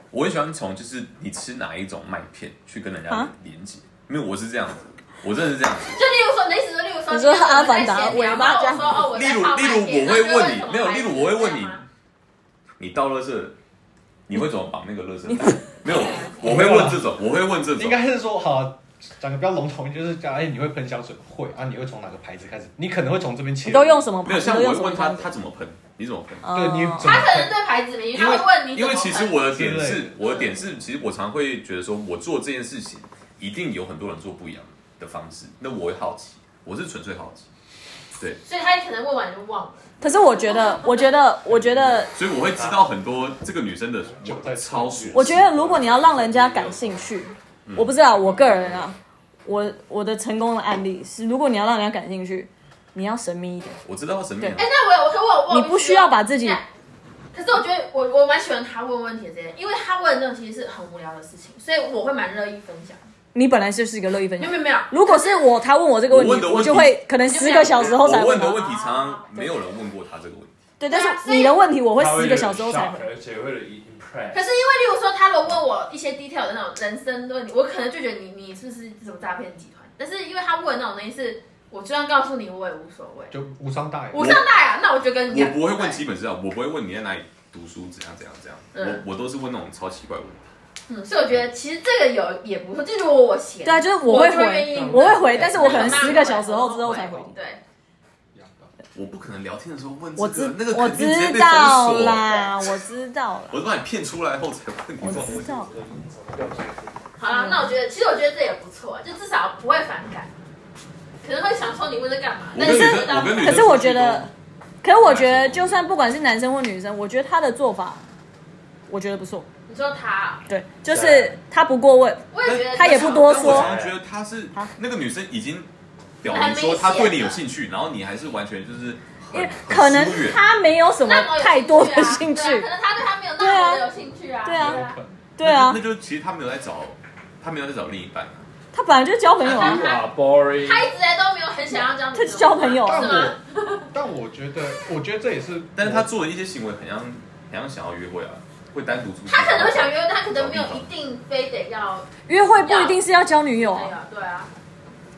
B: 我很喜欢从就是你吃哪一种麦片去跟人家
D: 啊
B: 连接，没有，我是这样子，我真的是这样子。
A: 就例如说，你的意思是，例如说，
D: 你
A: 今
D: 说
A: 天
D: 阿凡达
A: 我们在闲聊
D: 尾
A: 然后
D: 巴这样
A: 我说哦，我在
B: 例如
A: 泡
B: 例如
A: 麦片
B: 我会
A: 然后就
B: 问你
A: 什么
B: 没有
A: 牌子
B: 例如我会问
A: 这样
B: 你
A: 吗
B: 你到垃圾，你会怎么绑那个垃圾袋？没有，我会问这种，我会问这种
G: 应。该是说好。讲的比较笼统，就是讲，哎，你会喷香水？会啊，你会从哪个牌子开始？你可能会从这边切
D: 你
G: 入。
D: 都用什么
B: 没
D: 牌？
B: 有，
D: 你
B: 像
D: 都
B: 我
D: 用
B: 会
D: 什么
B: 问
D: 牌
B: 他
D: 子？
B: 他怎么喷，你怎么喷？
D: 哦
G: 对你怎
A: 他
G: 么
A: 可能对牌子没兴趣，
B: 因
A: 他
B: 为
A: 会问你怎么喷。
B: 因为其实我的点
G: 之类
B: 是
G: 的，
B: 我的点是，其实我常会觉得说，我做这件事情一定有很多人做不一样的方式，那我会好奇，我是纯粹好奇，
A: 所以他可能问哎完就忘了。
D: 可是我觉得，我觉得，我觉得，
B: 所以我会知道很多这个女生的超熟。
D: 我觉得，如果你要让人家感兴趣，
B: 嗯
D: 我不知道，我个人啊，我我的成功的案例是，如果你要让人家感兴趣，你要神秘一点，
B: 我知道神秘啊
A: 哎、，那我有，我可我有问
D: 你不需要把自己
A: 那可是我觉得我我蛮喜欢他问问题的这些，因为他问的那种其实是很无聊的事情，所以我会蛮乐意分享。
D: 你本来就是一个乐意分
A: 没
D: 享
A: 有。没有没有，
D: 如果是我，他问我这个问
B: 我问
D: 题，
B: 的问题
D: 我就会可能十个小时后才
B: 我问的
D: 他
B: 问题常
D: 啊
B: 常没有人问过她这个问题。
D: 对，
A: 对
D: 但
A: 啊
D: 是
A: 所以
D: 你的问题我会
F: 他
D: 十
F: 有
D: 个
F: 点
D: 小时后才回
F: shock，。而且为了 impress，
A: 可是因为例如说他如果问我一些 detail 的那种人生问题，我可能就觉得你你是不是什么诈骗集团？但是因为他问的那种东西是，我就算告诉你我也无所谓，
G: 就无伤大雅。
A: 无伤大雅，那我就跟你
B: 我
A: 讲。
B: 不会问基本资料，我不会问你在哪里读书，怎样怎样怎样。
A: 嗯
B: 我我都是问那种超奇怪的问题。
A: 嗯，所以我觉得其实这个有也不错，就是我我写的，
D: 对啊，就是我
A: 我
D: 会
A: 就愿意
D: 回，我会回，但是我可能十个小时后之后才回。
A: 对，
B: 我不可能聊天的时候问这
D: 我
B: 个
D: 知，
B: 那个
D: 我
B: 肯定直接
D: 知
B: 被封
D: 道
B: 锁。
D: 啦，我知道啦，
B: 我是把你骗出来后才问你
D: 我
B: 这种
D: 知
B: 问题。
D: 道。
A: 好
D: 嗯
A: 啦，那我觉得其实我觉得这也不错，就至少不会反感，可能会想说你问这干嘛？
B: 我
A: 但
B: 跟女
A: 是
B: 生，我跟女生出去都，
D: 可是我觉得，可是我觉得，就算不管是男生或女生，我觉得他的做法，我觉得不错。
A: 你说他啊，
D: 对，就是他不过问，
A: 我也觉得
D: 他也不多
B: 但我
D: 说
B: 常常觉得她是
D: 啊
B: 那个女生已经表明说她对你有兴趣，然后你还是完全就是
D: 因
B: 很
D: 为
B: 很
D: 可能
B: 疏远
D: 他没有什么
A: 那么有
D: 太多
A: 趣
D: 的
A: 啊
D: 兴趣。
A: 对啊可能他对他没有那么的有兴趣啊，
D: 对啊
A: 对啊，
D: 对啊
B: 那，就那就其实她没有在找，她没有在找另一半啊。
D: 他本来就交朋友啊，
F: 哇 boring，
A: 他一直来都没有很想要交女
D: 他
A: 朋
D: 就
A: 友，
D: 交朋友
G: 但
D: 啊。
G: 我但我觉得，我觉得这也是，
B: 但是她做的一些行为很像，很像想要约会啊，会单独出去。
A: 他可能会想约，但他可能没有一定非得要
D: 约会不一定是要交女友
A: 那
D: 啊。
A: 个，对啊，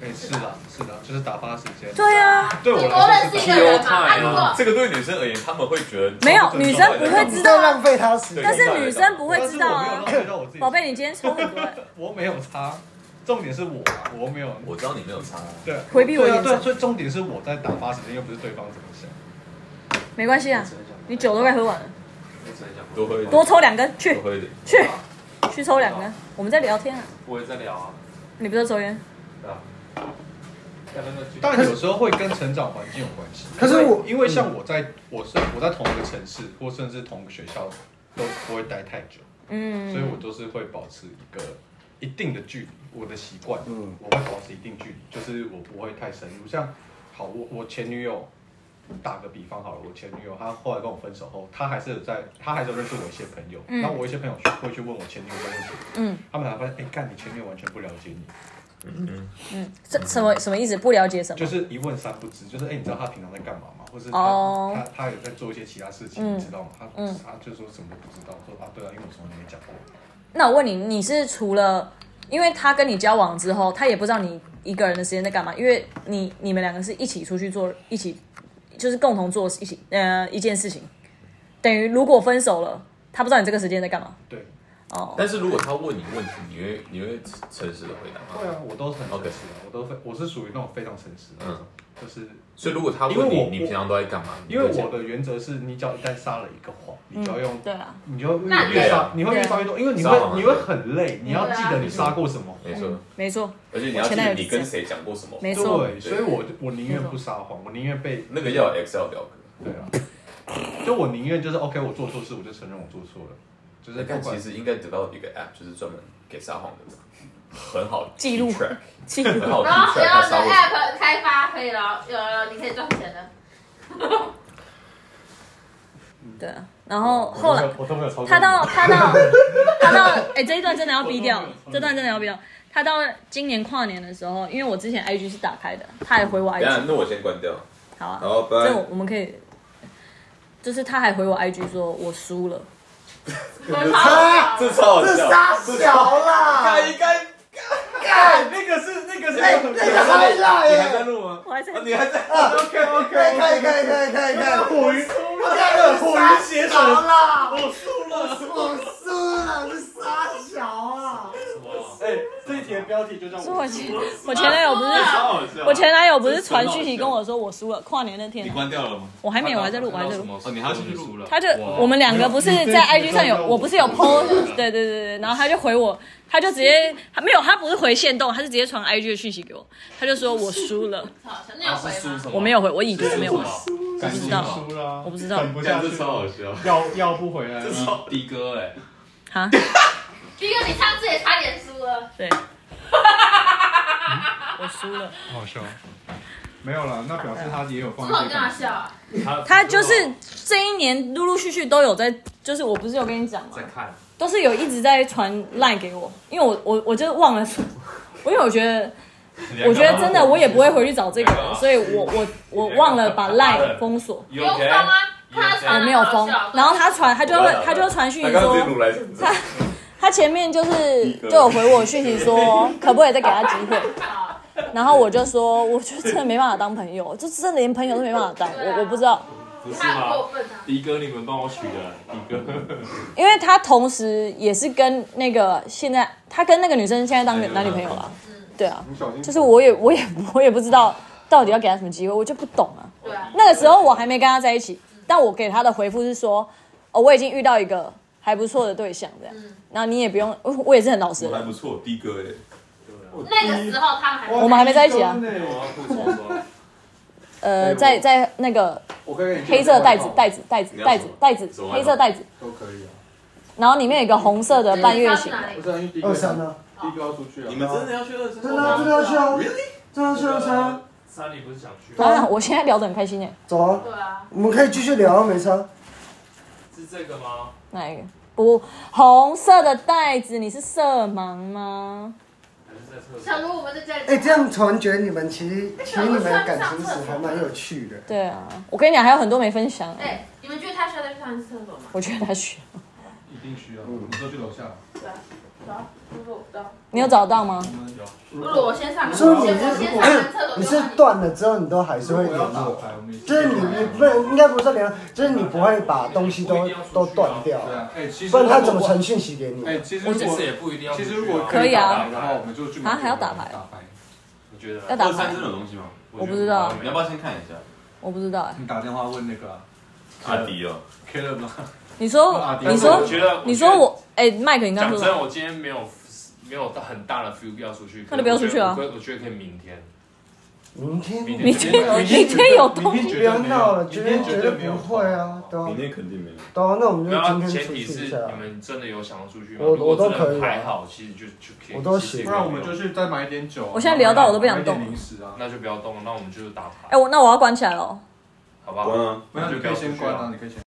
G: 哎，是的，是的，就是打发时间。
D: 对啊，
G: 对我
A: 你
G: 来
A: 多
G: 说
A: 认
G: 是
A: 识
G: 这
A: 一
G: 样
A: 个人嘛，啊，
F: Pure time
A: 如
F: 啊
A: 果
B: 这个对女生而言，她们会觉得哦
D: 没有女 生不会
C: 你
D: 知
C: 在
D: 道
C: 浪
D: 啊，
C: 费他时
D: 但
C: 间。
D: 是女生不会
G: 但是
D: 知
G: 我
D: 道
G: 没有
D: 啊
G: 浪。费到我自己
D: 宝贝，你今天抽很多欸，
G: 我没有差，重点是我啊，我没有
B: 我知道你没有差，
G: 对
D: 回避我
G: 对啊
D: 眼神
G: 对啊，所以重点是我在打发时间，又不是对方怎么想。
D: 没关系啊，你酒都快喝完了，
B: 多喝一点，
D: 多抽两根，去
B: 多喝一点。
D: 去去抽两根。我们在聊天啊，
F: 我也在聊啊，
D: 你不是抽烟？
F: 要不要去
G: 但有时候会跟成长环境有关系。
C: 可是我嗯
G: 因为像我在我是我在同一个城市，或甚至同一个学校，都不会待太久，
D: 嗯，
G: 所以我都是会保持一个一定的距离。我的习惯，
C: 嗯
G: 我会保持一定距离，就是我不会太深入。像好，我我前女友。打个比方好了，我前女友她后来跟我分手后，她还是有在，她还是有认识我一些朋友，
D: 嗯
G: 然后我一些朋友去会去问我前女友的问题，
D: 嗯
G: 他们才发现，哎、干你前女友完全不了解你，
D: 嗯这什么什么意思？不了解什么？
G: 就是一问三不知，就是哎、你知道他平常在干嘛吗？或是他、
D: 哦
G: 他他有在做一些其他事情，
D: 嗯
G: 你知道吗？他、
D: 嗯
G: 他就说什么都不知道，说啊对啊，因为我从来没讲过。
D: 那我问你，你是除了因为他跟你交往之后，他也不知道你一个人的时间在干嘛，因为你你们两个是一起出去做，一起就是共同做一起呃一件事情，等于如果分手了，他不知道你这个时间在干嘛
G: 对，
D: 哦。
B: 但是如果他问你问题，你会你会诚实的回答
G: 对
B: 吗？
G: 啊，我都很诚
B: OK
G: 实啊，我都非我是属于那种非常诚实的那种，就是
B: 所以如果他问
G: 因为
B: 你，
G: 我
B: 你平常都在干嘛？你
G: 因为
B: 会讲
G: 我的原则是你只要一旦撒了一个谎，你就要用。
D: 对啊，
G: 你就
A: 那
G: 你
A: 你
G: 越撒，你会越撒越多，因为你
B: 撒啊谎啊
G: 会你会很累，你要
A: 对
G: 记
A: 啊
G: 得你撒过什么
B: 没
G: 谎。
B: 错，
D: 没错，
B: 而且你
D: 我
B: 要记
D: 前男友
B: 得
D: 也
B: 你
D: 是这样
B: 跟谁讲过什么，
D: 没错，
G: 对，所以我我宁愿不撒谎，我宁愿被
B: 那个要有 Excel 表格。
G: 对啊，就我宁愿就是 OK，我做错事，我就承认我做错了，就是
B: 那
G: 不
B: 但
G: 管
B: 其实应该得到一个 App，就是专门给撒谎的人，很好
D: 记录
B: keep track，
D: 记录
B: 很好
A: 然后
B: keep
A: 只
B: track
A: 要
B: 他
A: 你的
B: 撒过什么。
A: app 开发可以了，有了你可以赚钱了。
D: 对啊，然后后来
G: 我都没有操作
D: 他
I: 哎
D: 到他到他到哎、这一段真的要逼掉，这段真的要逼掉。他到今年跨年的时候，因为我之前 IG 是打开的，他还回我
B: 等一
D: IG，
B: 下，那我先关掉。
D: 好啊，
B: 好，拜
D: 这我。我们可以，就是他还回我 IG 说我输了，
B: 这超好
C: 这
B: 笑，
C: 傻小啦，
B: 应该
G: 干那个是那个是
C: 那那个还
I: 哎
C: 辣
B: 你还在
C: 耶！
B: 录吗？
D: 我还在
B: 啊，你还在？
G: OK
C: 可以
G: OK，
C: 可以可以可以可以可以，
G: 火云
C: 这
G: 火云邪手
C: 小啦，
G: 我输了。
C: 我输了，这傻小啊！
G: 哎，这一题的标题就叫
D: 说我前我前男友不是
B: 超好笑
D: 我前男友不是传讯息跟我说我输了，跨年那天
B: 你关掉了吗？
D: 我还没有，我还在录，我还在录。
F: 哦
B: 哦你还要继续录
F: 了。
D: 他就我们两个不是在 IG 上有，我不是有 PO，对对对对，然后他就回我，他就直接他没有，他不是回线动，他是直接传 IG 的讯息给我，他就说我输了，
A: 好，那有回吗？
D: 我没有回，我已读没有回，
E: 感
D: 不
E: 情
D: 知道
E: 输
G: 啊
E: 了，
D: 我不知道
E: 等不下去
F: 这超好笑
E: 了，要要不回来了。
B: 哦
F: 的哥哎，
D: 哈，
A: 毕哥，你上次也差点输了。
D: 啊对，我输了，
G: 好笑。
I: 没有啦，那表示他也有放
A: 为
I: 一
A: 什么
I: 些
A: 你干嘛
I: 感
A: 笑啊？
D: 他就是这一年陆陆续续都有在，就是我不是有跟你讲吗
F: 在？看，
D: 都是有一直在传 line 给我，因为我我我就忘了，我因为我觉得，我觉得真的我也不会回去找这个人，所以我我我忘了把 line 封锁，
A: 不用封啊，看他
D: 我
A: 传
D: 哎没有封。然后他传，他就会他就会传讯
B: 啊他
D: 息
B: 刚刚直接
D: 说，
B: 录来，
D: 他前面就是就有回我讯息 说，可不可以再给他机会？
A: 好
D: 然后我就说，我就真的没办法当朋友，就真的连朋友都没办法当，我我不知道，
F: 不是
A: 他很过
F: 吗？
A: 分啊！
F: 迪哥，你们帮我取的迪哥，
D: 因为他同时也是跟那个现在他跟那个女生现在
B: 哎
D: 当男女朋友了，对啊。
I: 你小心
D: 就是我也我也我也不知道到底要给他什么机会，我就不懂啊。
A: 对啊，
D: 那个时候我还没跟他在一起，但我给他的回复是说，哦，我已经遇到一个还不错的对象这样，然后你也不用，我我也是很老实
B: 还
D: 的，
B: 不错，的哥哎，
A: 那个时候他们还
D: 我们还没在一起啊。
F: 我要吐槽说，哎
D: 呃，在在那个
I: 我可以给你
D: 黑色袋子袋子袋子
B: 你要
D: 袋
B: 什
D: 子
B: 么
D: 袋子
B: 什么外套
D: 黑色袋子，
I: 都可以啊。
D: 然后里面有一个红色的半月
I: 不
D: 形，
I: 是啊，因为第一个
C: 二三呢？
I: 第一个要出去啊。
B: 你们真的要去二三？
C: 真的啊真的要去啊！真的要去二三啊！
F: 莎莉不是想去
C: 对
D: 当然
C: 啊，
D: 我现在聊得很开心耶，
C: 走啊！
A: 对啊，
C: 我们可以继续聊，没差。
F: 是这个吗？
D: 哪一个？不，红色的袋子，你是色盲吗？
F: 还是在厕所？
A: 假如我们在家里，
C: 哎、这样突然觉得你们其实其实你们的感情史还蛮有趣的。
D: 对啊，我跟你讲，还有很多没分享啊、
A: 哎，你们觉得他需要再去上一次厕所吗？
D: 我觉得他需要。
I: 一定需要，我们都去楼下。
A: 走，露露，走，
D: 你有找到吗？
I: 嗯
A: 露露，我先上个，
C: 你说
A: 我
C: 你
A: 先
C: 是
A: 我先上完厕所，
C: 你是断了之后，你都还是
I: 如
C: 会
I: 果
C: 联
I: 要打
C: 络，
I: 牌，我们也
C: 就是你你不能应该不是联络，就是你不会把东西都都断掉，
I: 对啊，哎，其实
C: 不然他怎么？传讯息给你？
I: 哎，其实
F: 我
I: 我
F: 其实也不一定要出
I: 其
F: 去啊。
I: 实如果
D: 可以啊
I: 然后我们就去
D: 啊还要打牌
I: 打牌，
F: 你觉得
D: 要
F: 呢？
D: 打
B: 二
D: 牌
B: 三？真的有东西吗？
F: 觉得
D: 我不知道
B: 你要不要先看一下？
D: 我不知道哎、
I: 你打电话问那个啊
B: 阿迪哦，
I: Caleb 吗？
D: 你说
I: 啊，
D: 你
I: 但是
F: 我
D: 说，
F: 觉得，
D: 你说我，哎、麦克，你刚
F: 讲
D: 说什
F: 真哦的，
D: 么？
F: 我今天没有没有到很大的 feel 要出去，
D: 那就不要出去啊
F: 我觉得我觉得可以明天，
C: 明天
F: 明
D: 明
F: 天
D: 天明天有东
I: 明天
C: 不
D: 西，
I: 绝对
C: 要
I: 没
C: 闹
I: 有
C: 了，绝对绝对不会啊，对啊
B: 明，天肯定没有。
C: 对啊，那我们
F: 没有啊，
C: 就今天
F: 前
C: 出
F: 提
C: 去
F: 是
C: 一下。
F: 你们真的有想要出去吗？
C: 我
F: 如果
C: 我都
F: 真的
C: 可以啊
F: 还好，其实就就可以。
C: 我都
F: 其
C: 行
F: 实也
I: 不
F: 没有
I: 然我们就去再买一点酒啊。
D: 我现在聊到我都不想动
I: 买一点零食啊，
F: 那
D: 哎
F: 就不要动了，那我们就是打牌。
D: 哎、我那我要关起来了哦。
F: 好不好？
B: 关啊。
I: 没有，你可以先关啊，你可以先。